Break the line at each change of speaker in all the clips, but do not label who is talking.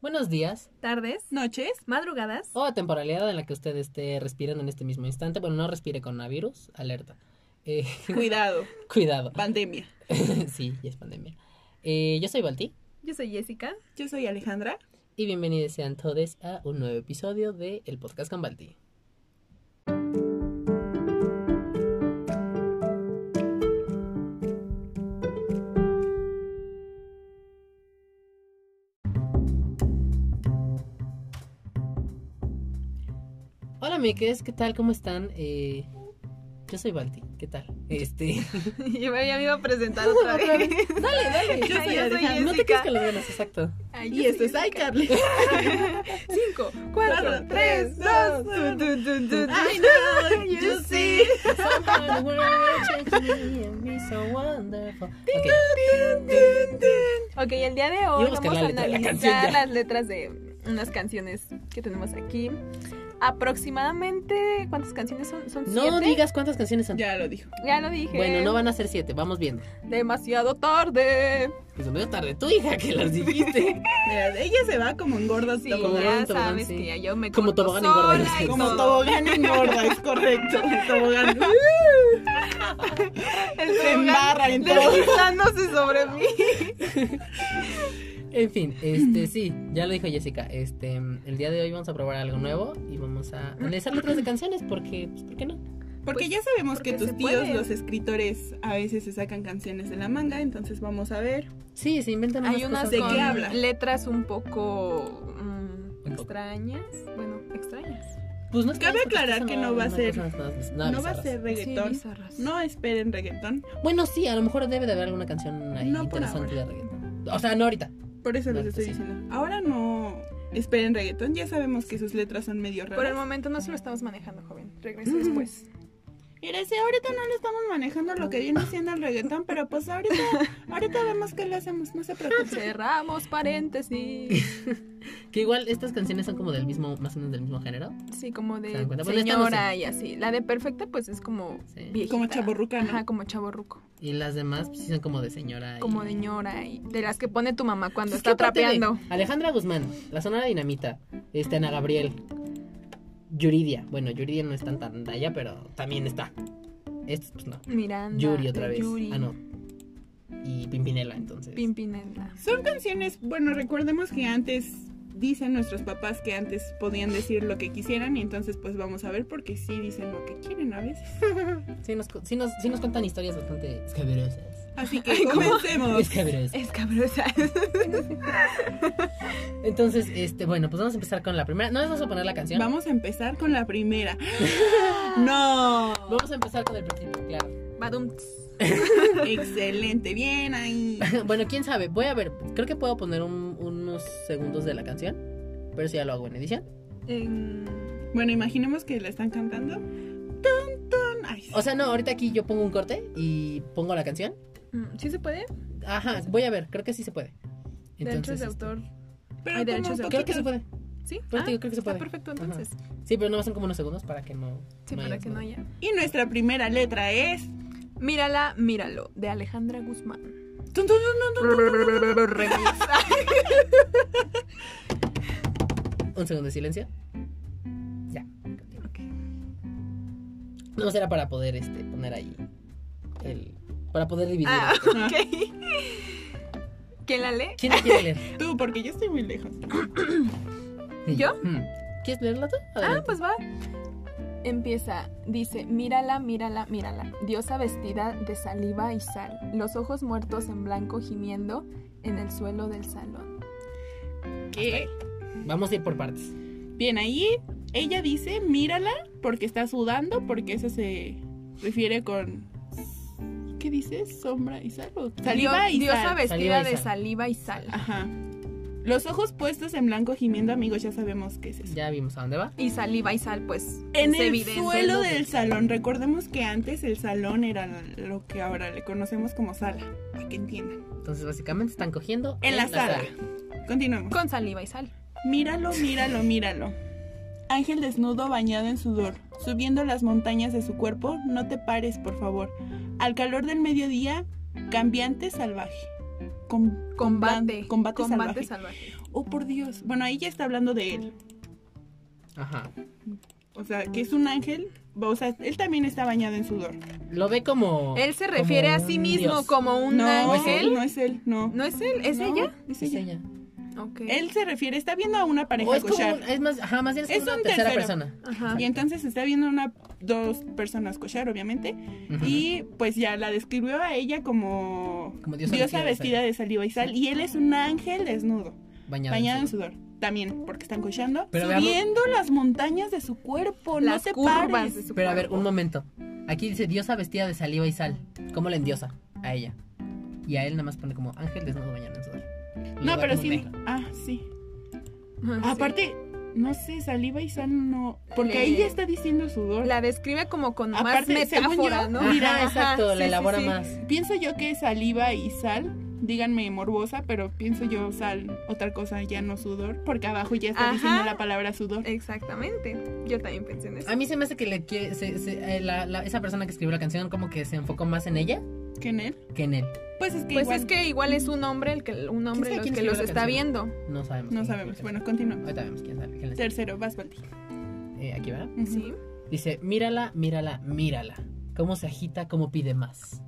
Buenos días
tardes,
Noches.
madrugadas.
o a temporalidad en la que usted esté respirando en este mismo instante. Bueno, no respire coronavirus, alerta. Eh,
Cuidado.
cuidado.
Pandemia.
sí, ya es pandemia. Eh, yo soy Balti
Yo soy Jessica.
Yo soy Alejandra.
y bienvenidos sean todos a un nuevo episodio de El Podcast con Balti. Hola, amigues, ¿qué tal? ¿Cómo están? Eh, yo soy Balti, ¿qué tal? Este,
Yo me ya me iba a presentar otra vez.
dale, dale.
Yo soy
Yo soy
Alejandra.
No te creas que lo ganas, exacto.
Ay,
Y
yo
esto
soy
es iCarly.
Cinco,
Cuatro,
cuatro, tres, dos. Dun, dun, dun, dun, dun.
I know, you
You
see.
Somehow the world changed me and be so wonderful. Ok,
Ok, el día de
Yo
hoy
busqué
vamos
la letra de la
a analizar
canción ya.
las letras de unas canciones que tenemos aquí. Aproximadamente, ¿cuántas canciones son? ¿Son
No
siete?
digas cuántas canciones son.
Ya lo dijo.
Ya lo dije.
Bueno, no van a ser siete, vamos viendo.
Demasiado tarde.
Pues medio tarde tu hija que las dijiste.
Mira, ella se va como engorda
Sí,
tobogán.
como
ya
un tobogán,
sabes
sí.
que ya yo me
Como
corto
tobogán
sola
engorda,
y
sí.
Como
todo.
tobogán engorda, es correcto. El tobogán uh,
El
se
tobogán
embarra en todo.
deslizándose sobre mí.
En fin, este sí, ya lo dijo Jessica. Este, el día de hoy vamos a probar algo nuevo y vamos a analizar letras de canciones porque, pues, ¿por qué no?
Porque
Pues,
ya sabemos
porque
que tus
se
tíos,
puede.
los escritores, a veces se sacan canciones de la manga, entonces vamos a ver.
Sí, se inventan unas
Hay unas
cosas.
¿de qué
con
habla?
letras un poco mm,
poco.
extrañas. Bueno, extrañas.
Pues no es
Cabe
tanto, pues,
aclarar
son
que no va a
unas
ser-
cosas más-
No,
nada
va a
bizarras.
Sí,
ser reggaetón.
bizarras.
no esperen reggaetón.
Bueno, sí, a lo mejor debe de haber alguna canción ahí
No por
interesante
ahora.
de reggaetón. O sea, no ahorita.
Por eso les
Bueno,
estoy
sí.
diciendo. Ahora no esperen reggaetón. Ya sabemos que sus letras son medio
Por el
raras.
momento no se lo estamos manejando, joven.
Mm.
Regreso después.
Mira, si ahorita no le estamos manejando lo que viene siendo el reggaetón, pero pues ahorita, ahorita vemos qué le hacemos. No se preocupen.
Cerramos paréntesis.
Que igual estas canciones son como del mismo, más o menos del mismo género.
Sí, como
¿Se
de
dan cuenta? Bueno, esta no
señora y así. La de perfecta, pues es como
Sí.
viejita.
Como chaborruca, ¿no?
Ajá, como chaborruco.
Y las demás pues, sí son como de señora. y- Pues,
Como de ñora y de las que pone tu mamá cuando
Es que
está
aparte de
trapeando.
Alejandra Guzmán, la Sonora Dinamita, este, Ana Gabriel, Yuridia. Bueno, Yuridia no es tan tan allá, pero también está. Estos, pues no.
Miranda.
Yuri otra vez.
Yuri.
Ah, no. Y Pimpinela, entonces.
Pimpinela.
Son canciones, bueno, recordemos que antes dicen nuestros papás que antes podían decir lo que quisieran y entonces pues vamos a ver porque sí dicen lo que quieren a veces.
sí, nos, cu- sí nos- sí nos cuentan historias bastante escabrosas.
Así que
Ah,
comencemos.
Escabrosas.
Es cabrosa.
Entonces, este, bueno, pues vamos a empezar con la primera. No les vamos a poner la canción.
Vamos a empezar con la primera. No.
Vamos a empezar con el principio, claro.
Badum.
Excelente, bien ahí.
Bueno, quién sabe. Voy a ver. Creo que puedo poner un- unos segundos de la canción. Pero eso ya lo hago en edición.
En-
Bueno, imaginemos que la están cantando. Tun, tun. Ay, sí.
O sea, no, ahorita aquí yo pongo un corte y pongo la canción.
Mm, ¿Sí se puede?
Ajá, voy a ver, creo que sí se puede.
Derechos
Entonces,
de
este,
autor.
pero
hay
como
derechos de
poquito-
Creo que se puede.
Sí.
Pues
Ah,
te digo, creo que se
está
puede.
perfecto
Ajá.
entonces.
Sí, pero no son como unos segundos para que no.
Sí,
no
para
haya
que no
desmadre.
haya.
Y nuestra primera letra es
Mírala, míralo, de Alejandra Guzmán.
Tun, tun, tun, tun, tun.
Un segundo de silencio. Ya.
Ok.
No será para poder este, poner ahí el. Para poder dividir.
Ah,
esto.
ok. ¿Quién la lee?
¿Quién la quiere leer?
tú porque yo estoy muy lejos.
¿Yo?
Hmm. ¿Quieres leerla tú?
Ah,
Adelante.
pues va. Empieza, dice, mírala, mírala, mírala, diosa vestida de saliva y sal, los ojos muertos en blanco gimiendo en el suelo del salón.
¿Qué?
Vamos a ir por partes.
Bien, ahí ella dice, mírala, porque está sudando, porque eso se refiere con... ¿Qué dices? Sombra y sal. o Saliva
Dio-
y
Diosa
sal.
vestida
Saliva y
de
sal.
saliva y sal.
Ajá. Los ojos puestos en blanco gimiendo, amigos, ya sabemos qué es eso.
Ya vimos a dónde va.
Y saliva y sal, pues.
En
es
el
evidente.
suelo del salón, recordemos que antes el salón era lo que ahora le conocemos como sala, para que entiendan.
Entonces, básicamente están cogiendo.
En la sala. Continuamos.
Con saliva y sal.
Míralo, míralo, míralo. Ángel desnudo bañado en sudor, subiendo las montañas de su cuerpo, no te pares, por favor. Al calor del mediodía, cambiante salvaje. com-
Combate.
plan- combate,
Combate
salvaje.
salvaje.
Oh, por Dios. Bueno, ahí ya está hablando de él.
Ajá.
O sea, que es un ángel. O sea, él también está bañado en sudor.
Lo ve como.
Él se refiere a
como
sí
un
mismo
dios.
como un
no,
ángel.
No es él, no.
No es él, es
No,
ella.
Es
Es
ella.
ella.
Ok.
Él se refiere, está viendo a una pareja
O es como.
cochar.
un- es más, ajá, más bien es,
Es
como una
un
tercera
tercero.
persona.
Ajá.
Y entonces está viendo una dos personas cochar, obviamente.
Ujú.
Y pues ya la describió a ella como,
Como diosa vestida
diosa,
de
vestida de saliva y sal. Y él es un ángel desnudo,
Bañado. en
bañado en
sudor.
sudor. También, porque están cochando.
Pero veamos-
subiendo las montañas de su cuerpo.
Las
no te
curvas
pares.
de su
Pero a ver,
cuerpo.
un momento. Aquí dice diosa vestida de saliva y sal. ¿Cómo la endiosa? A ella. Y a él nada más pone como ángel desnudo bañado en sudor. Y
No,
lo da
pero
como
sí.
negro.
Ah, sí.
Ajá, sí.
Aparte, no sé, saliva y sal no. Porque
Le-
ahí ya está diciendo sudor.
La describe como con
Aparte,
más
según
metáfora,
yo,
¿no?
Ajá,
Mira,
exacto,
ajá, sí,
la
sí,
elabora
sí.
más.
Pienso yo que saliva y sal, díganme morbosa, pero pienso yo sal, otra cosa ya no sudor, porque abajo ya está
Ajá.
diciendo la palabra sudor.
Exactamente. Yo también pensé en eso.
A mí se me hace que le quiere- se- se- eh, la- la- esa persona que escribió la canción como que se enfocó más en ella
¿Qué en él?
que en él.
Pues es que
Pues
igual
es que igual es un hombre el que un hombre
sabe quién
los que
escribió
los
la
está
canción?
viendo.
No sabemos.
no
quién escribió
sabemos.
la canción.
Bueno, continuamos.
Ahorita vemos quién sabe. quién la escribió.
Tercero, vas, Valdi.
Eh, aquí va.
Ujú.
Sí.
Dice, mírala, mírala, mírala. Cómo se agita, cómo pide más.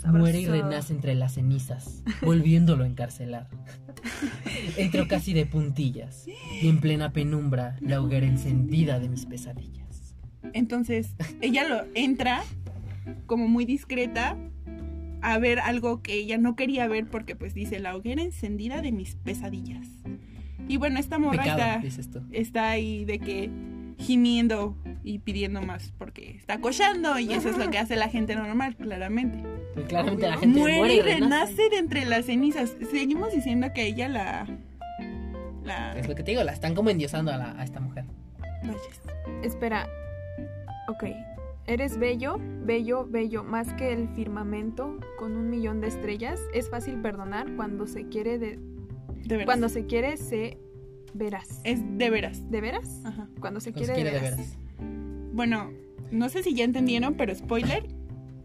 Sabroso.
Muere y renace entre las cenizas, volviéndolo a encarcelar. Entró casi de puntillas y en plena penumbra la hoguera encendida de mis pesadillas.
Entonces, ella lo entra como muy discreta a ver algo que ella no quería ver porque pues dice la hoguera encendida de mis pesadillas. Y bueno, esta morra
Pecado,
está,
dices tú.
está ahí de que gimiendo y pidiendo más porque está cochando y eso es lo que hace la gente normal, claramente.
Porque claramente la gente
Muere, y renace de entre las cenizas. Seguimos diciendo que ella la... La...
Es lo que te digo, la están como endiosando a, la- a esta mujer.
Espera. Ok. Eres bello, bello, bello, más que el firmamento con un millón de estrellas. Es fácil perdonar cuando se quiere de
De veras.
cuando se quiere se verás.
Es de veras.
¿De veras?
Ajá.
Cuando se
Entonces
quiere,
quiere
de
de
veras.
veras.
Bueno, no sé si ya entendieron, pero spoiler,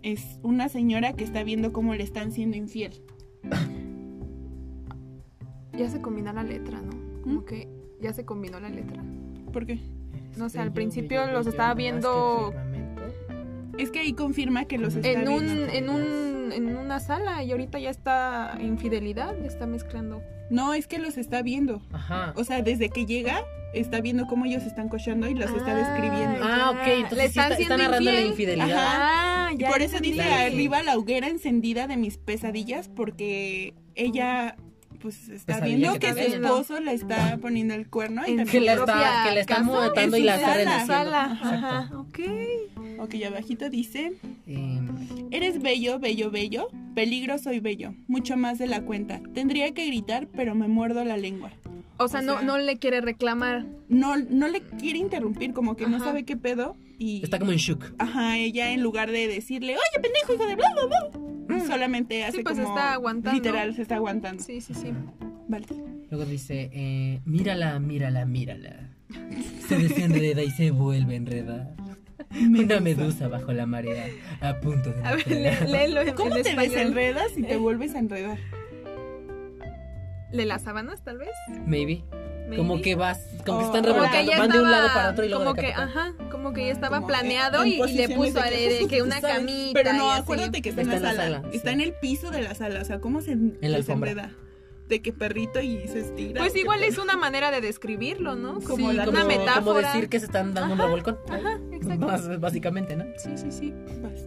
es una señora que está viendo cómo le están siendo infiel.
Ya se combina la letra, ¿no? Como
¿Mm?
que ya se combinó la letra.
¿Por qué?
No sé, al principio los estaba viendo
Es que ahí confirma que los está
en un,
viendo.
en un en una sala y ahorita ya está infidelidad, está mezclando.
No, es que los está viendo.
Ajá.
O sea, desde que llega, está viendo cómo ellos están cochando y los está
Ah,
describiendo.
Ah, ok, entonces
Le
sí
están
está-
siendo
están narrando la
infiel.
infidelidad.
Ah,
Y
ya
por eso dice
entendí.
Claro.
arriba la hoguera encendida de mis pesadillas, porque ella pues está
Pesadilla
viendo
que
que,
está
su
viendo.
esposo le está poniendo el cuerno y
En
Que
también
la
su
está,
propia
que la está
casa,
matando
en
y
su
la está
sala.
renaciendo.
sala.
Exacto.
Ajá, ok.
Ok, abajito dice
Em,
Eres bello, bello, bello. Peligro soy bello. Mucho más de la cuenta. Tendría que gritar, pero me muerdo la lengua.
O sea, no,
sea-
no le quiere reclamar.
No, no le quiere interrumpir, como que no
Ajá.
sabe qué pedo. Y.
está como en shock.
Ajá, ella en lugar de decirle, oye, pendejo, hijo de bla, bla, bla",
Mm.
Solamente hace
pues,
como-
está aguantando.
Literal, se está aguantando.
Sí, sí, sí.
Vale.
Luego dice, eh, mírala, mírala, mírala. Se desenreda y se vuelve a enredar. Una medusa bajo la marea, a punto de
A ver,
naufragar.
lé- léelo en,
¿Cómo
en
te
español. Eh.
desenredas y te vuelves a enredar?
¿De las sábanas, tal vez?
Maybe. Como
Maybe.
que vas, como que
Oh,
están
como
Como
rebotando,
que ella
van de un
estaba-
lado para otro y luego
como
de
que,
acá para acá.
ajá, como que ya estaba
Como en-
planeado
en
y, y le
posiciones
puso
de
de,
que-
de que una
Está-
camita
Pero no,
y así.
acuérdate que está, en la, sala. Está
sí.
en el piso de la sala. O sea, ¿cómo se
la alfombra.
desenreda? De que perrito y se estira.
Pues
¿Qué
igual
pedo?
es una manera de describirlo, ¿no? Como
Sí,
la-
como,
una
como
metáfora.
decir que se están dando un revolcón.
Ajá, exacto.
Bás- Básicamente, ¿no?
Sí, sí, sí.
Vas.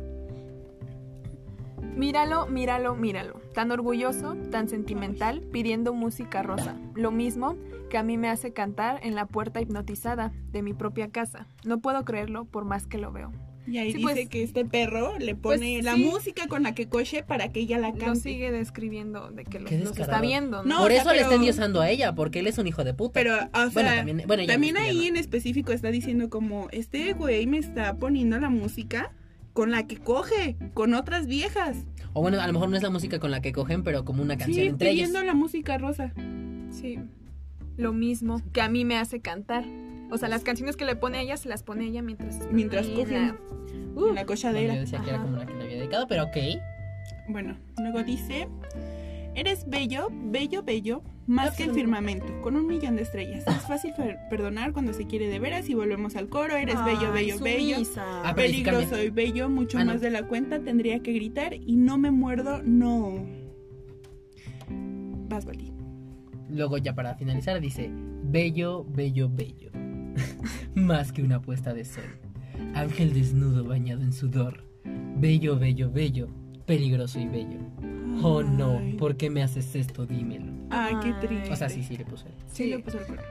Míralo, míralo, míralo. Tan orgulloso, tan sentimental, pidiendo música rosa. Lo mismo que a mí me hace cantar en la puerta hipnotizada de mi propia casa. No puedo creerlo por más que lo veo.
Y ahí
Sí,
dice
pues.
que este perro le pone
Pues,
la
sí.
música con la que coche para que ella la
Lo
cante.
sigue describiendo de que los,
Qué
los está
descarado.
viendo,
No,
¿no?
Por
o sea,
eso le está
pero-
endiosando a ella, porque él es un hijo de puta.
Pero, o sea,
bueno,
también,
también, bueno, ya viste, ya
ahí
no.
en específico está diciendo como, este güey me está poniendo la música con la que coge, con otras viejas.
O bueno, a lo mejor no es la música con la que cogen, pero como una canción
Sí,
entre ellos.
pidiendo la música rosa.
Sí. Lo mismo que a mí me hace cantar. O sea, las canciones que le pone a ella se las pone ella mientras están
Mientras
ahí en
cogen.
la- Uh.
en la
Bueno,
cochadera.
yo decía que era
Ajá.
como la que le había dedicado, pero ok.
Bueno, luego dice, Eres bello, bello, bello, más que el firmamento, con un millón de estrellas. Es fácil per- perdonar cuando se quiere de veras y volvemos al coro. Eres bello, bello, bello.
Ah, pero ahí sí cambia.
Peligroso y bello, mucho
Ah, no.
más de la cuenta, tendría que gritar y no me muerdo, no. Vas, Vali.
Luego ya para finalizar dice, bello, bello, bello. Más que una puesta de sol. Ángel desnudo bañado en sudor. Bello, bello, bello. Peligroso y bello. Oh no,
Ay.
¿por qué me haces esto? Dímelo.
Ay, qué triste.
O sea, sí, sí le puse.
Sí, le puse el coro.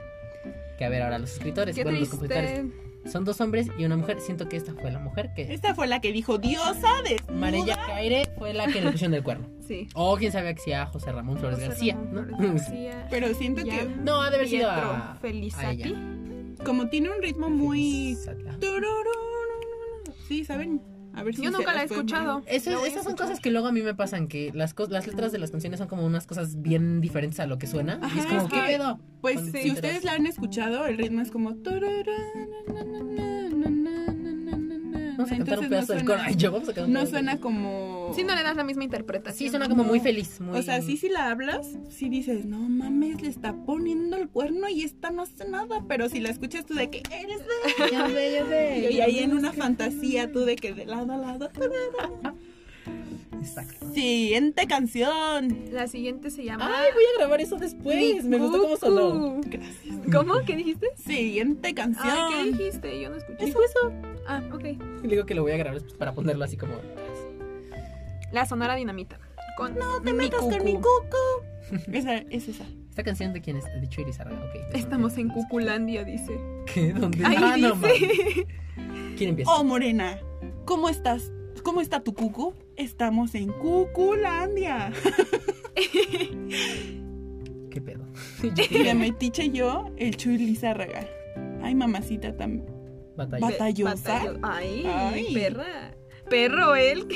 Que a ver ahora los escritores,
Qué
bueno, los compositores.
triste.
Son dos hombres y una mujer. Siento que esta fue la mujer que...
Esta fue la que dijo diosa de
Marella Caire fue la que le pusieron el cuerno.
Sí.
O quién sabe que sea José Ramón Flores
José
García,
Ramón
¿no?
Flores García.
Pero siento
Ya.
que
No, ha de haber sido
Pietro
a, a
Felizati.
ella.
como tiene un ritmo muy
Felizati.
Turururururu. Sí, ¿saben? A ver si
Yo
se
nunca la he
las pueden
escuchado.
Eso-
La voy a
esas son
escuchar.
cosas que luego a mí me pasan, que las, cos- las letras de las canciones son como unas cosas bien diferentes a lo que suena. y es
Ajá,
como,
es
¿qué
que-
pedo?
poner. Pues
Con
si
títeres.
ustedes la han escuchado, el ritmo es como turururururururururu.
Vamos a cantar un pedazo
Entonces, no
del
suena-
coro. Ay, yo vamos a cantar un
No
pedazo del-
suena como
Sí, no le das la misma interpretación.
Sí, suena como muy
No.
feliz. Muy...
O sea, sí, si la hablas, sí dices, no mames, le está poniendo el cuerno y esta no hace nada, pero si la escuchas tú de que eres
Ya sé, ya sé.
bello y ahí en una fantasía tú de que de lado a lado.
Exacto.
Siguiente canción.
La siguiente se llama.
Ah.
Ay, voy a grabar eso después. Ah, Me gustó cómo sonó.
Cucu. ¿Cómo? ¿Qué dijiste?
Siguiente canción.
Ay, ¿qué dijiste? Yo no escuché.
Dijo eso.
Ah, ok.
Y le digo que lo voy a grabar después para ponerlo así como...
La Sonora Dinamita. Con no te
Metas con mi cucu. Esa es esa.
¿Esta canción de quién es? De Chuy Lizarraga, ok.
Estamos en Cuculandia, dice.
¿Qué? ¿Dónde?
Ahí
Ah, no, mames.
dice.
¿Quién empieza?
Oh, Morena, ¿cómo estás? ¿Cómo está tu cucu? Estamos en Cuculandia.
¿Qué pedo?
Y la metiche yo, el Chuy Lizárraga. Ay, mamacita también.
Batalla.
Bat- Batallosa.
Batallo- Ay,
Ay.
perra. Perro él.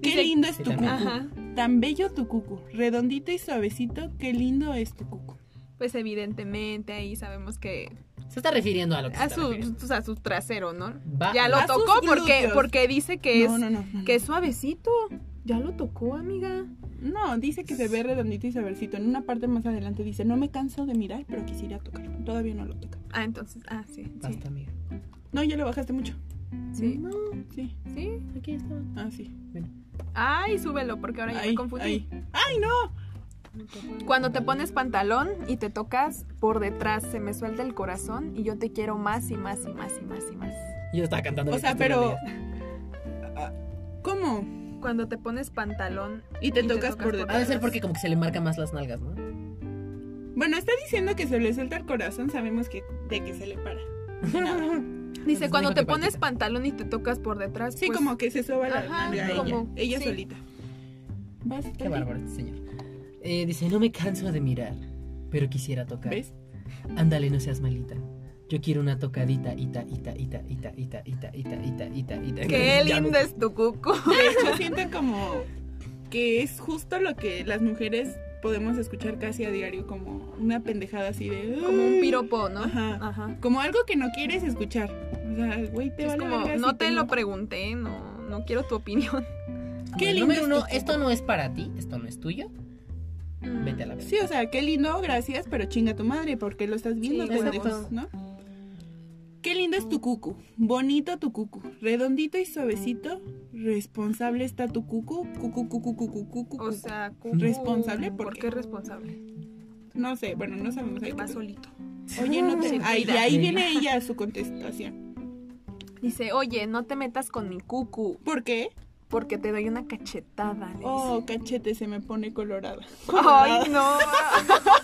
Qué
Dice-
lindo es
Sí,
tu cucu.
también.
Ajá.
Tan bello tu cucu, redondito y suavecito, qué lindo es tu cucu.
Pues evidentemente ahí sabemos que
Se está refiriendo a lo que se
a
está refiriendo.
su, o sea, a su trasero, ¿no?
Va-
Ya lo
A Ah, sus
tocó porque
glúteos.
porque dice que
no,
es
no, no, no.
que es suavecito. Ya lo tocó, amiga.
No, dice que se ve redondito y suavecito. En una parte más adelante dice, no me canso de mirar, pero quisiera tocar. Todavía no lo toca.
Ah, entonces, ah, sí, sí.
Basta, amiga.
No, ya lo bajaste mucho.
Sí.
No,
Sí,
Sí.
aquí está.
ah, sí.
Ay, súbelo porque ahora ya me confundí.
ahí. ¡Ay, no!
Cuando te pones pantalón y te tocas por detrás, se me suelta el corazón y yo te quiero más y más y más y más y más.
Yo estaba cantando.
O sea, pero... Ah, ¿Cómo?
Cuando te pones pantalón,
Y te
Y te
tocas
tocas
por
por
Ha
detrás.
de ser porque como que se le marca más las nalgas, ¿no?
Ah, Bueno, está diciendo que se le suelta el corazón, sabemos que de que se le para.
dice
Entonces,
cuando
dijo que
te pones
partita.
pantalón y te tocas por detrás.
Sí,
pues,
como que se soba la
ajá,
nalga ella,
como-
ella
sí.
solita. Vas,
Qué
Tati.
bárbaro este señor. Eh, dice, no me canso de mirar, pero quisiera tocar.
¿Ves?
Ándale, no seas malita. Yo quiero una tocadita, ita, ita, ita, ita, ita, ita, ita, ita, ita, ita.
Qué
Ya me-
lindo es tu cuco.
De hecho, siento como que es justo lo que las mujeres podemos escuchar casi a diario, como una pendejada así de.
Como un
"Ay".
piropo, ¿no?
Mm. Ajá.
Ajá.
Como algo que no quieres escuchar. O sea, güey, te
Es
vale
como,
verga
no
si
te lo pregunté, no, no quiero tu opinión.
Qué
Qué
lindo.
lindo
Número
es
uno,
tu cuco.
esto no es para ti, esto no es tuyo. Vete a la
Sí, o sea, qué lindo, gracias, pero chinga tu madre, porque lo estás viendo,
Sí,
pendejos,
exacto.
¿no? Qué lindo es tu cucu, bonito tu cucu, redondito y suavecito, responsable está tu cucu, cucu, cucu, cucu, cucu, cucu.
O sea, cucu,
Responsable, ¿por
¿por
qué?
qué responsable?
no sé, bueno, no sabemos. ahí
Porque va
tú-
solito.
Oye, no te...
Sin
ahí,
cuidar.
ahí viene ella a su contestación.
Dice, oye, no te metas con mi cucu,
¿Por qué?
porque te doy una cachetada. le dice.
Oh, cachete, se me pone colorada.
Ay, no.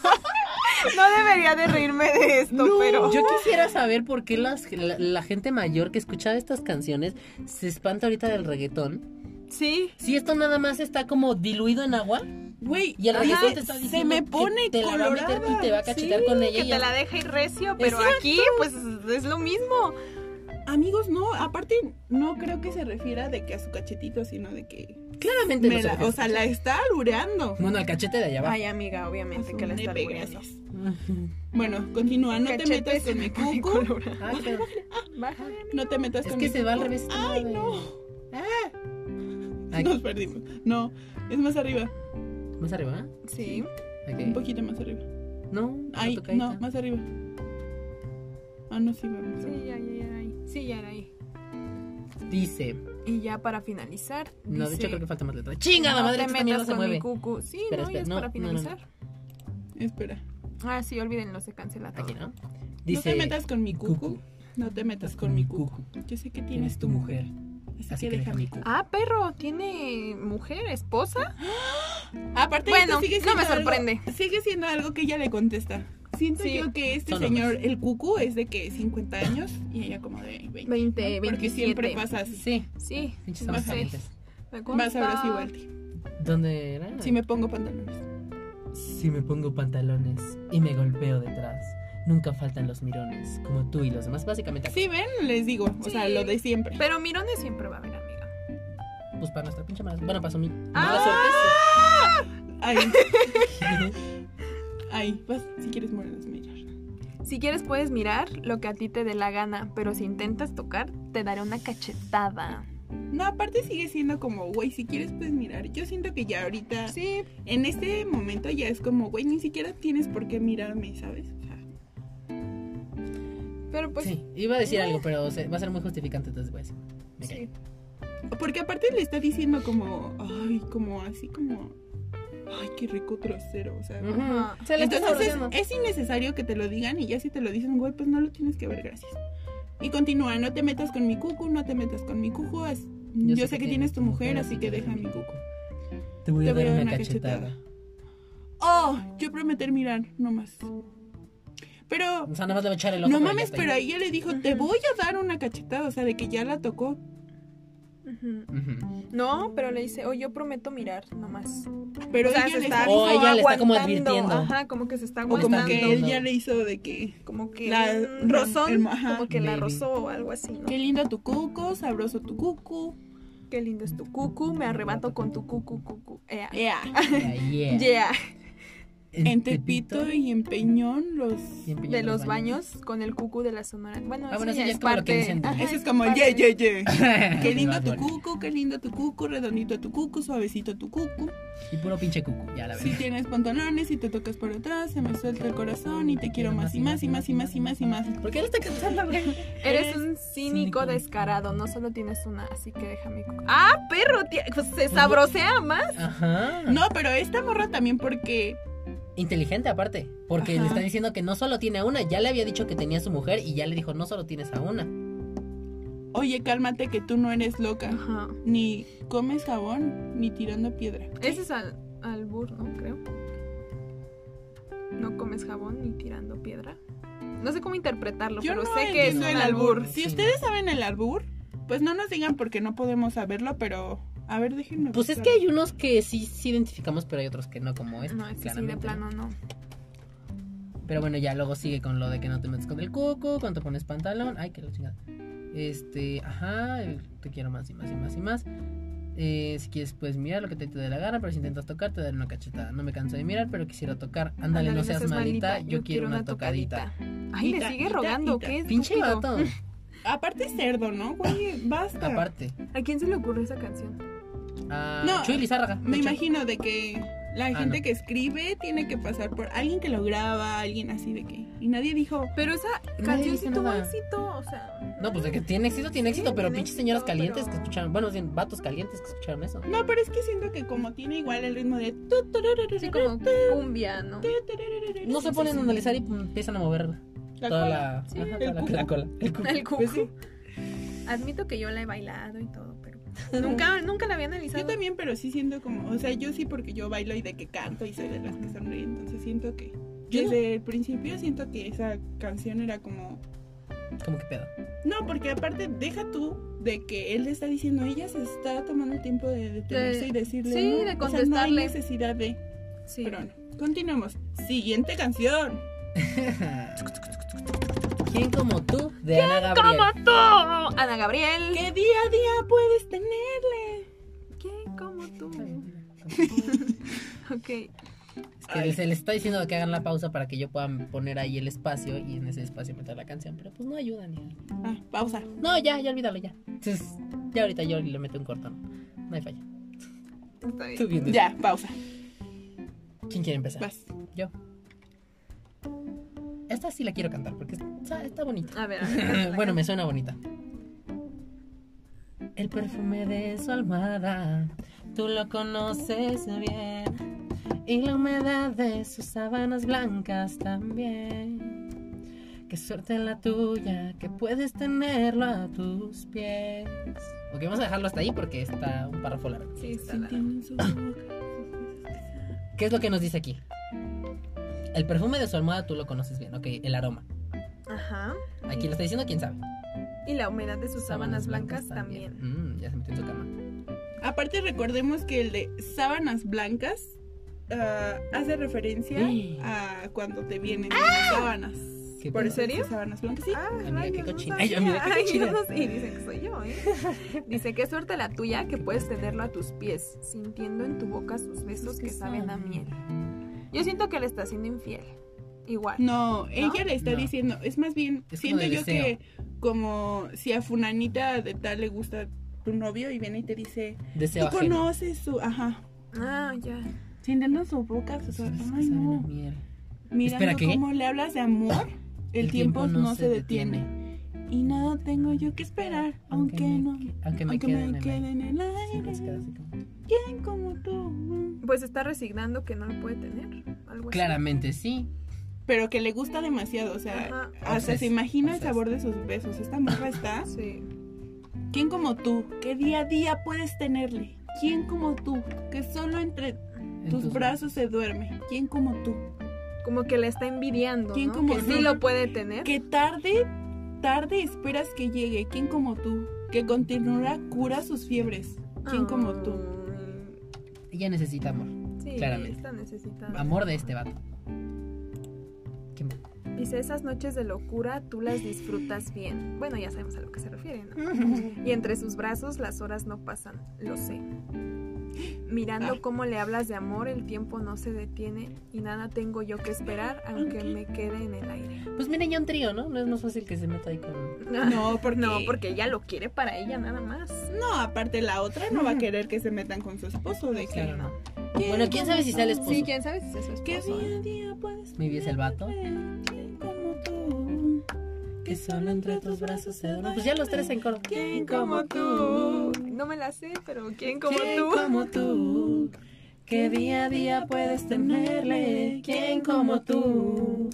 No debería de reírme de esto,
Oh.
pero.
Yo quisiera saber por qué las- la, la gente mayor que escuchaba estas canciones se espanta ahorita del reggaetón.
Sí.
Si esto nada más está como diluido en agua
Güey,
y el
ajá,
reggaetón te está diciendo
se me
que
pone
te la va a
colorada.
meter y te va a cachetar
sí,
con ella.
Que
y
te
ya.
la deja ir recio, pero
Exacto.
aquí, pues es lo mismo.
Amigos, no, aparte no creo que se refiera de que a su cachetito, sino de que
Claramente no
me
se
la-
refiere.
o sea, la está albureando.
Bueno, al cachete de allá abajo.
Ay, amiga, obviamente que la está
Nepe,
albureando.
gracias. Bueno, continúa, no te
Cachete
metas
se
con mi
me pone
cucu,
colorada.
Ah, pero
Baja.
no te metas
es
con
que
mi
se va al
cucu.
revés.
Ay, no.
Ay.
Nos perdimos. No, es más arriba.
¿Más arriba?
Sí.
Un
Ok.
poquito más arriba.
No, no
Ahí,
toca ahí,
no,
está.
más arriba. Ah, no, sí, vamos.
Sí, ya, ya, ya era ahí. Sí, ya era ahí.
Dice.
Y ya para finalizar.
No, de
dice,
hecho creo que falta más letra. ¡Chingada
"No
madre!
te
Esta mierda
metas
se
con mi
mueve.
cucu". Sí,
Espera,
no, y
espera,
es
no,
para
no, no, no.
finalizar.
Espera.
Ah, sí, olvídenlo, se cancela todo.
Aquí, ¿no?
No te
Dice.
metas con mi cucu.
cucu.
No te metas con mi cucu. Yo sé que
¿Quién
tienes
es
tu
tu mujer?
Así,
Así que deja mi cucu.
Ah, perro, tiene mujer, esposa.
Aparte,
Bueno,
esto sigue
no me
siendo algo-
sorprende.
sigue siendo algo que ella le contesta. Siento
Sí.
yo que este
Son
señor, el cucu, es de que 50 años y ella como de 20.
20,
Porque
27.
siempre pasa así.
Sí,
Sí,
pinches
no sé,
adolescentes.
me consta.
Más ahora sí, Walti.
¿Dónde era?
Si me pongo pantalones.
Si me pongo pantalones y me golpeo detrás, nunca faltan los mirones, como tú y los demás. Básicamente,
Sí, ven, les digo. O
Sí.
sea, lo de siempre.
Pero mirones siempre va a haber, amiga.
pues para nuestra pinche mala Bueno, para su mi- mala
Ah,
Ay,
suerte.
ay, vas, si quieres mueres, mirar.
si quieres puedes mirar lo que a ti te dé la gana, pero si intentas tocar, te daré una cachetada.
No, aparte sigue siendo como, güey, si quieres puedes mirar. Yo siento que ya ahorita,
Sí,
en este momento ya es como, güey, ni siquiera tienes por qué mirarme, ¿sabes? O sea,
pero pues
sí, iba a decir algo, pero se- va a ser muy justificante entonces voy a decir. Me
sí.
callo.
Porque aparte le está diciendo como, ay, como así como, ay, qué rico trasero, o sea.
Ujú.
Ajá.
Se le está
Entonces
saboreando.
es, es innecesario que te lo digan y ya si te lo dicen, güey, pues no lo tienes que ver, gracias. Y continúa, no te metas con mi cucu, no te metas con mi cucu, es- yo, sé, que, tienes tu mujer, así que deja mi cucu.
Te voy a
Te voy
dar
a
una,
dar una
cachetada.
cachetada. Oh, yo prometer mirar, no más. Pero,
O sea, nada más le va a echar el ojo.
no
ya
mames,
está
pero
ahí.
ahí ya le dijo, te
Ujú.
voy a dar una cachetada, o sea, de que ya la tocó.
eh, Ujú.
Ujú.
No, pero le dice, oh, yo prometo mirar nomás.
Pero
o sea,
ella
se
le
está
está...
Oh, ella le está como
aguantando,
advirtiendo.
Ajá, como que se está
O
aguantando.
como que él ya le hizo de que...
como que
La-
un
la-
rozón,
el- ajá,
como que la
maybe.
rozó o algo así, ¿no?
Qué lindo tu cuco, sabroso tu cucu.
Qué lindo es tu cucu, me arrebato con tu cucu, cucu. Ea.
Ea.
Yeah, yeah.
Yeah.
En Tepito y en Peñón los...
y en Piña
De los baños con el cucu de la sonora. Bueno,
Ah,
eso
bueno, eso
ya
ya
es
es como lo que
parte.
dicen de-
Ajá,
Ese es como el ye,
parte-
ye, ye. Qué
Qué
lindo tu cucu, qué lindo tu cucu, redondito tu cucu, suavecito tu cucu.
Y puro pinche cucu, ya la
Si
verdad.
tienes pantalones y te tocas por atrás, se me suelta el corazón y te quiero más y más y más y más y más y más.
¿Por qué le está cantando, güey?
Eres un cínico
cínico.
descarado, no solo tienes una, así que déjame. cu- Ah, perro, tía, pues se sabrosea más.
Ajá.
No, pero esta morra también porque...
Inteligente aparte, porque
Ajá.
le está diciendo que no solo tiene a una, ya le había dicho que tenía a su mujer y ya le dijo no solo tienes a una.
Oye, cálmate que tú no eres loca.
Ajá.
Ni comes jabón, ni tirando piedra.
Ese es al albur, ¿no? Creo. No comes jabón ni tirando piedra. No sé cómo interpretarlo,
Yo
pero
no
sé que es un
entiendo el albur.
albur.
Si
Sí,
ustedes saben el albur, pues no nos digan porque no podemos saberlo, pero a ver, déjenme.
Pues es que hay unos que sí, sí identificamos, pero hay otros que no, como este.
No, este sí, de
claramente, ¿no?
plano no.
Pero bueno, ya luego sigue con lo de que no te metes con el cuco, cuando te pones pantalón. Ay, que la chingada. Este, ajá, el te quiero más y más y más y más. Eh, si quieres, puedes mirar lo que te, te dé la gana, pero si intentas tocar, te daré una cachetada. No me canso de mirar, pero quisiera tocar. Ándale, no seas malita, yo quiero una tocadita.
Ay, le
Ita,
sigue
ita,
rogando,
ita.
¿qué?
Pinche
estúpido.
vato.
Aparte es cerdo, ¿no? Güey, basta.
Aparte.
¿A quién se le ocurrió esa canción?
Ah,
No,
Chuy Lizárraga. de
Me
hecho.
imagino de que la
Ah,
gente
no.
que escribe tiene que pasar por alguien que lo graba, alguien así de que. Y nadie dijo.
Pero esa
Nadie
canción sí
dice
tuvo
nada.
éxito, o sea.
No, pues de que tiene éxito, tiene
Sí,
éxito, pero
tiene
pinches señoras
éxito,
calientes
pero-
que escucharon. Bueno, más bien, vatos calientes que escucharon eso.
No, pero es que siento que como tiene igual el ritmo de.
Sí, como cumbia, ¿no?
No se ponen a analizar y mm, empiezan a mover
La
toda,
cola.
la,
Sí,
ajá,
el
toda la-
cuco.
la cola. El cuco.
El
Pues sí.
cucu. Admito que yo la he bailado y todo, pero nunca, nunca la había analizado.
Yo también, pero sí siento como, o sea, yo sí porque yo bailo y de que canto y soy de las que sonríen, entonces siento que
Yo no-
desde el principio siento que esa canción era como,
Como que pedo.
no, porque aparte deja tú de que él le está diciendo, ella se está tomando el tiempo de detenerse
De-
y decirle,
sí,
¿no?
de
O sea, no hay
contestarle.
necesidad de,
Sí.
pero no. Continuamos. Siguiente canción.
¿Quién como tú? De Ana Gabriel.
¡Como tú! Ana Gabriel.
¿Qué día a día puedes tenerle?
¿Quién como tú? Ok.
Es que se le está diciendo que hagan la pausa para que yo pueda poner ahí el espacio y en ese espacio meter la canción, pero pues no ayuda ni.
Ah, pausa.
No, ya, ya olvídalo ya. Entonces, ya ahorita yo le meto un cortón. No hay falla.
Está bien.
Tú bien.
Ya, pausa.
¿Quién quiere empezar?
Vas.
Yo. Esta sí la quiero cantar porque está, está bonita.
A ver, a ver.
bueno, me suena bonita. El perfume de su almohada, tú lo conoces bien. Y la humedad de sus sábanas blancas también. Qué suerte la tuya, que puedes tenerlo a tus pies. Ok, vamos a dejarlo hasta ahí porque está un párrafo largo.
Sí, está
Si
la-
tienen su boca.
¿Qué es lo que nos dice aquí? El perfume de su almohada tú lo conoces bien, ok, el aroma.
Ajá.
Aquí lo está diciendo quién sabe.
Y la humedad de sus sábanas blancas también.
Mm, ya se metió en su cama.
Aparte recordemos que el de sábanas blancas ah, hace referencia
Sí.
a cuando te vienen sábanas.
Qué
Por
pedo.
eso serio?
¿Serio?
sábanas blancas, ¡Ah! sí.
Ah,
Amiga, qué
rayos, no
cochina.
sabía.
Mm, Ay, amiga, qué
Ay, yo
cochina.
no sé. Y dicen que soy yo, ¿eh? Dice, qué suerte la tuya que puedes tenerlo a tus pies, sintiendo en tu boca sus besos que saben a miel. Yo siento que le está siendo infiel. Igual.
No, ella le está
No.
diciendo, es más bien,
Es como
siento
de
yo
deseo.
que como si a Funanita de tal le gusta tu novio y viene y te dice, tú
Deseo ajeno.
conoces su, ajá,
Ah, ya.
sintiendo su boca, su,
Sus besos
ay
saben a
no,
miel. Espera,
mirando
¿qué?
cómo le hablas de amor, el, tiempo, no se detiene. y nada tengo yo que esperar, aunque, no,
aunque me
aunque
quede en
me
el
quede Pues
aire.
en el
Sí,
aire,
es que así como-
¿quién como tú?
Pues está resignando que no lo puede tener. Algo así.
Claramente sí.
Pero que le gusta demasiado, o sea,
Ajá.
hasta
Obses-
se imagina el
obses.
sabor de sus besos, esta morra está...
Sí.
¿Quién como tú? que día a día puedes tenerle? ¿Quién como tú? Que solo entre
En
tus brazos se duerme. ¿Quién como tú?
Como que le está envidiando.
¿Quién
¿no?
como
que
tú?
sí lo puede tener.
Que tarde, tarde esperas que llegue. ¿Quién como tú? Que con ternura cura sus fiebres. ¿Quién como
Ah.
tú?
Ay,
Ella necesita amor.
Ah, Sí,
Claramente.
está necesitando.
Amor de este vato. ¿Qué más?
Dice, esas noches de locura tú las disfrutas bien. Bueno, ya sabemos a lo que se refiere, ¿no? Y entre sus brazos las horas no pasan, lo sé. Mirando cómo le hablas de amor, el tiempo no se detiene y nada tengo yo que esperar, aunque me quede en el aire.
Pues miren, ya un trío, ¿no? No es más fácil que se meta ahí con.
No, porque...
No, porque ella lo quiere para ella nada más.
No, aparte la otra no va a querer que se metan con su esposo. De que...
Claro, ¿no? Bueno, quién sabe si sea el esposo.
Sí, quién sabe si es su
Que
esposo.
día a día puedes
¿eh? Mi vida es el vato.
tenerle. ¿Quién como tú?
Que solo entre tus brazos se duerme. Pues ya los tres en coro.
¿Quién
Como tú. No me la sé, pero ¿quién como
¿Quién
tú?
como tú? Que día a día puedes tenerle. ¿Quién como tú?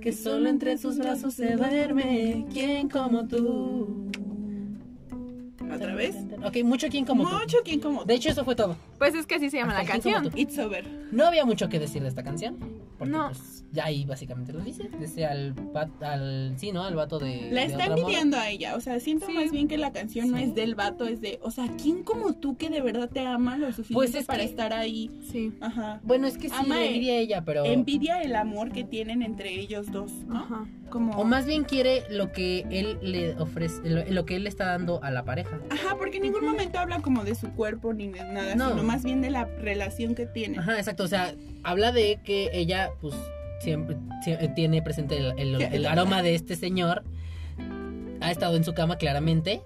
Que solo entre sus brazos se duerme. ¿Quién como tú?
¿Otra vez?
Ok, mucho quién como tú.
Mucho quién como
De
tú.
hecho, eso fue todo.
Pues es que así se llama la
Hasta aquí como
canción.
tú.
It's over.
No había mucho que decir de esta canción. Porque
No.
pues, ya ahí básicamente lo dice. Dice al, va- al. Sí, ¿no? Al vato de.
La
de
está
otra morra.
envidiando a ella, o sea, siento
Sí.
más bien que la canción no
Sí.
es del vato, es de, o sea, ¿quién como tú que de verdad te ama lo suficiente
Pues es
para
que-
estar ahí?
Sí.
Ajá.
Bueno, es que sí,
Ama
le
el-
envidia a ella, pero.
Envidia el amor que tienen entre ellos dos, ¿no?
Ajá.
Como...
O más bien quiere lo que él le ofrece. Lo, lo que él le está dando a la pareja.
Ajá, porque en ningún momento habla como de su cuerpo ni de nada,
No.
sino más bien de la relación que tienen.
Ajá, exacto. O sea, habla de que ella, pues, siempre, sie- tiene presente el, el- el aroma de este señor. Ha estado en su cama, claramente.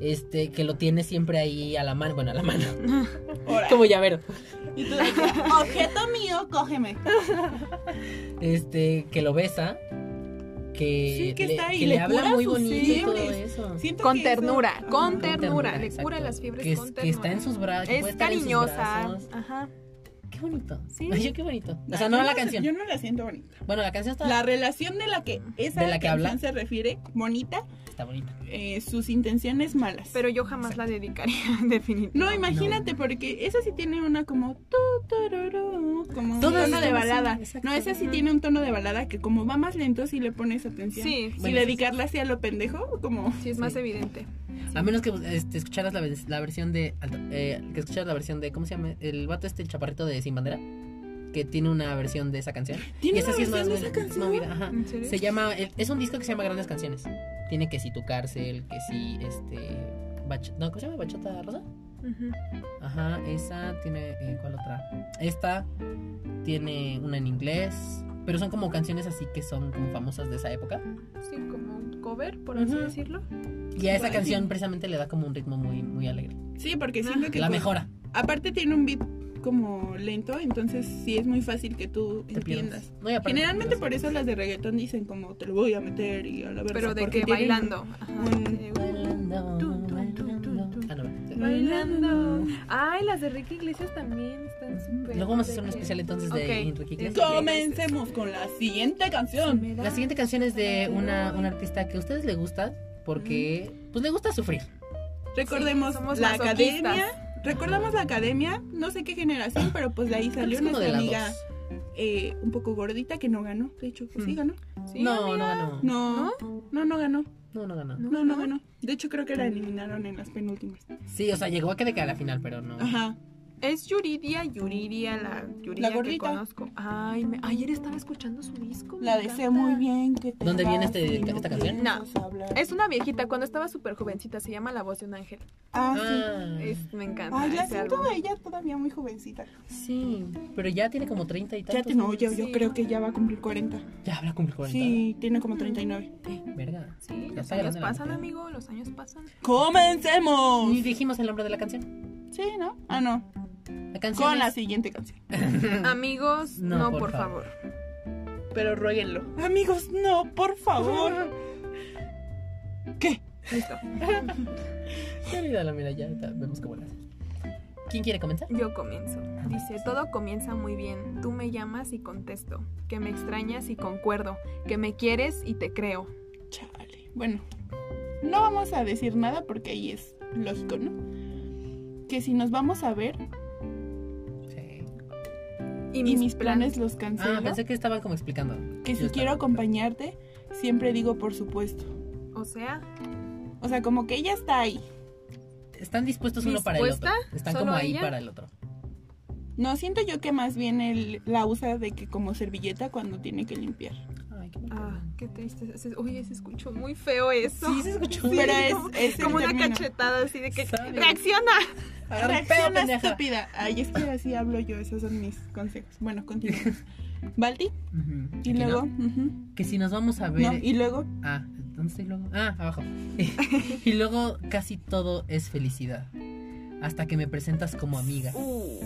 Este, que lo tiene siempre ahí a la mano. Bueno, a la mano.
Ahora,
Como llavero.
y tú de que, objeto mío, cógeme.
Este, que lo besa. Que,
Sí, que
le,
está ahí,
que le
le
habla
cura
muy
sus
bonito y todo
fiebres.
eso.
Siento que
Con
eso-
ternura,
Ajá.
con
Con
ternura, le
exacto.
cura las fiebres
que, es-
con
que está en
ternura.
sus bra- que puede
Es
estar en sus brazos.
cariñosa. Ajá.
Qué bonito.
Sí.
Ay, qué bonito. O sea,
Yo
no la canción.
Yo no la siento bonita.
Bueno, la canción está,
La relación de la que esa
De la que
canción
habla.
se refiere, bonita,
está bonita.
eh, sus intenciones malas.
Pero yo jamás la dedicaría, definitivamente.
No, imagínate, porque esa sí tiene una como tu, tururú, como un
Todas
tono de
son
balada.
así, exacto.
No, esa sí
Ujú.
tiene un tono de balada que como va más lento si le pones atención.
Sí,
Si
Bueno,
dedicarla así a lo pendejo, como
sí, es más
Sí.
evidente.
A menos que este, escucharas la, vers- la versión de. alto- eh, que escucharas la versión de. ¿Cómo se llama? El vato este, el chaparrito de Sin Bandera. Que tiene una versión de esa canción.
tiene
esa
una
sí es más
versión de esa
mo-
canción. Mm.
movida, ajá.
¿En serio?
Ah, Se llama. el- Es un disco que se llama Grandes Canciones. Tiene que si tu cárcel, que si este. Bach- no, ¿Cómo se llama? ¿Bachata Rosa?
Ujú.
Ajá, esa tiene. eh, ¿Cuál otra? Esta tiene una en inglés. Pero son como canciones así que son como famosas de esa época.
Sí, como un cover, por así
Ujú.
decirlo.
Y a esa
Guay.
canción precisamente le da como un ritmo muy, muy alegre.
Sí, porque siento que
Ah. La
con-
mejora.
Aparte tiene un beat como lento, entonces sí es muy fácil que tú
Te
entiendas.
pierdes. Ah, No, y aparte
Generalmente
te pierdes.
por eso las de reggaetón dicen como te lo voy a meter y a la verga.
Pero de
porque
que
tienen-
bailando. Ajá.
Bailando,
Tun, tun, tun, tun,
bailando.
tun.
Ah, no, bueno.
Bailando. Ay, las de Ricky Iglesias también están súper.
Luego vamos a hacer un
de que-
especial entonces de
Ok.
Into Ricky Iglesias.
Comencemos con la siguiente canción.
Me da-
La siguiente canción es de una, una artista que a ustedes les gusta porque pues le gusta sufrir.
Recordemos
Sí, somos
la
masoquistas.
academia. Recordamos la academia, no sé qué generación, pero pues de ahí
Creo que
salió
es como de
nuestra
la
amiga
dos.
eh, un poco gordita que no ganó. De hecho, pues sí
Mm.
ganó.
Sí,
No, no
amiga.
ganó. No,
No, no, no ganó.
no, ganó.
No,
No, no
¿no?
ganó. De hecho, creo que la eliminaron en las penúltimas.
Sí, o sea, llegó a que le a la final, pero no.
Ajá.
Es Yuridia, Yuridia, la Yuridia
La gordita.
que conozco. Ay, me- ayer estaba escuchando su disco. me
La
encanta.
deseo muy bien. Que te
¿Dónde viene
vas
este-
y no
esta canción?
piensas hablar.
Es una viejita, cuando estaba súper jovencita, se llama La Voz de un Ángel.
Ah, sí.
Ah,
Es- me encanta.
Ay, la
ese
siento
álbum.
a ella todavía muy jovencita.
sí, pero ya tiene como 30 y
Ya
tantos.
te, no, yo, yo
Sí.
creo que ya va a cumplir 40.
Ya habrá cumplido 40.
Sí, tiene
Mm.
como 39.
Verga.
Sí,
Ya
los
está
años
grande la
pasan,
mujer.
amigo, los años pasan.
¡Comencemos!
Ni dijimos el nombre de la canción.
Sí, ¿no? Ah, no.
La canción
Con la
es-
siguiente canción.
Amigos,
Mm. No,
no,
por
por,
favor.
favor.
Pero ruéguenlo. Amigos, no, por favor.
Ah.
¿Qué?
Listo.
Ya olvídala, mira, ya ahorita vemos cómo la hace. ¿Quién quiere comenzar?
Yo comienzo. Dice, todo comienza muy bien. Tú me llamas y contesto. Que me extrañas y concuerdo. Que me quieres y te creo.
Chale. Bueno, no vamos a decir nada porque ahí es lógico, ¿no? Que si nos vamos a ver
Sí.
Y
y
mis,
mis, planes, los cancelo,
Ah, pensé que estaban como explicando.
que
Yo
si
estaba-
quiero acompañarte, siempre digo por supuesto.
O sea,
O sea, como que ella está ahí.
Están dispuestos uno para el otro.
¿Dispuesta?
Están
¿Solo
como ahí
ella?
para el otro.
No, siento yo que más bien el- la usa de que como servilleta cuando tiene que limpiar.
Ay, qué bonito.
ah, qué triste. Se- Oye, se escuchó muy feo eso.
Sí, se escuchó.
Sí,
Pero es,
como-
es el
Como una
término.
cachetada así de que
¿Sabes?
reacciona.
Agarra el pedo,
Reacciona este
pendeja.
estúpida. Ay, es que así hablo yo, esos son mis consejos. Bueno, continuamos. Balti,
Ujú.
y
Aquí no.
luego. ujú,
Que si nos vamos a ver.
no, y luego.
Ah, ¿dónde está y luego? Ah, abajo. y luego casi todo es felicidad. Hasta que me presentas como amiga.
Uh,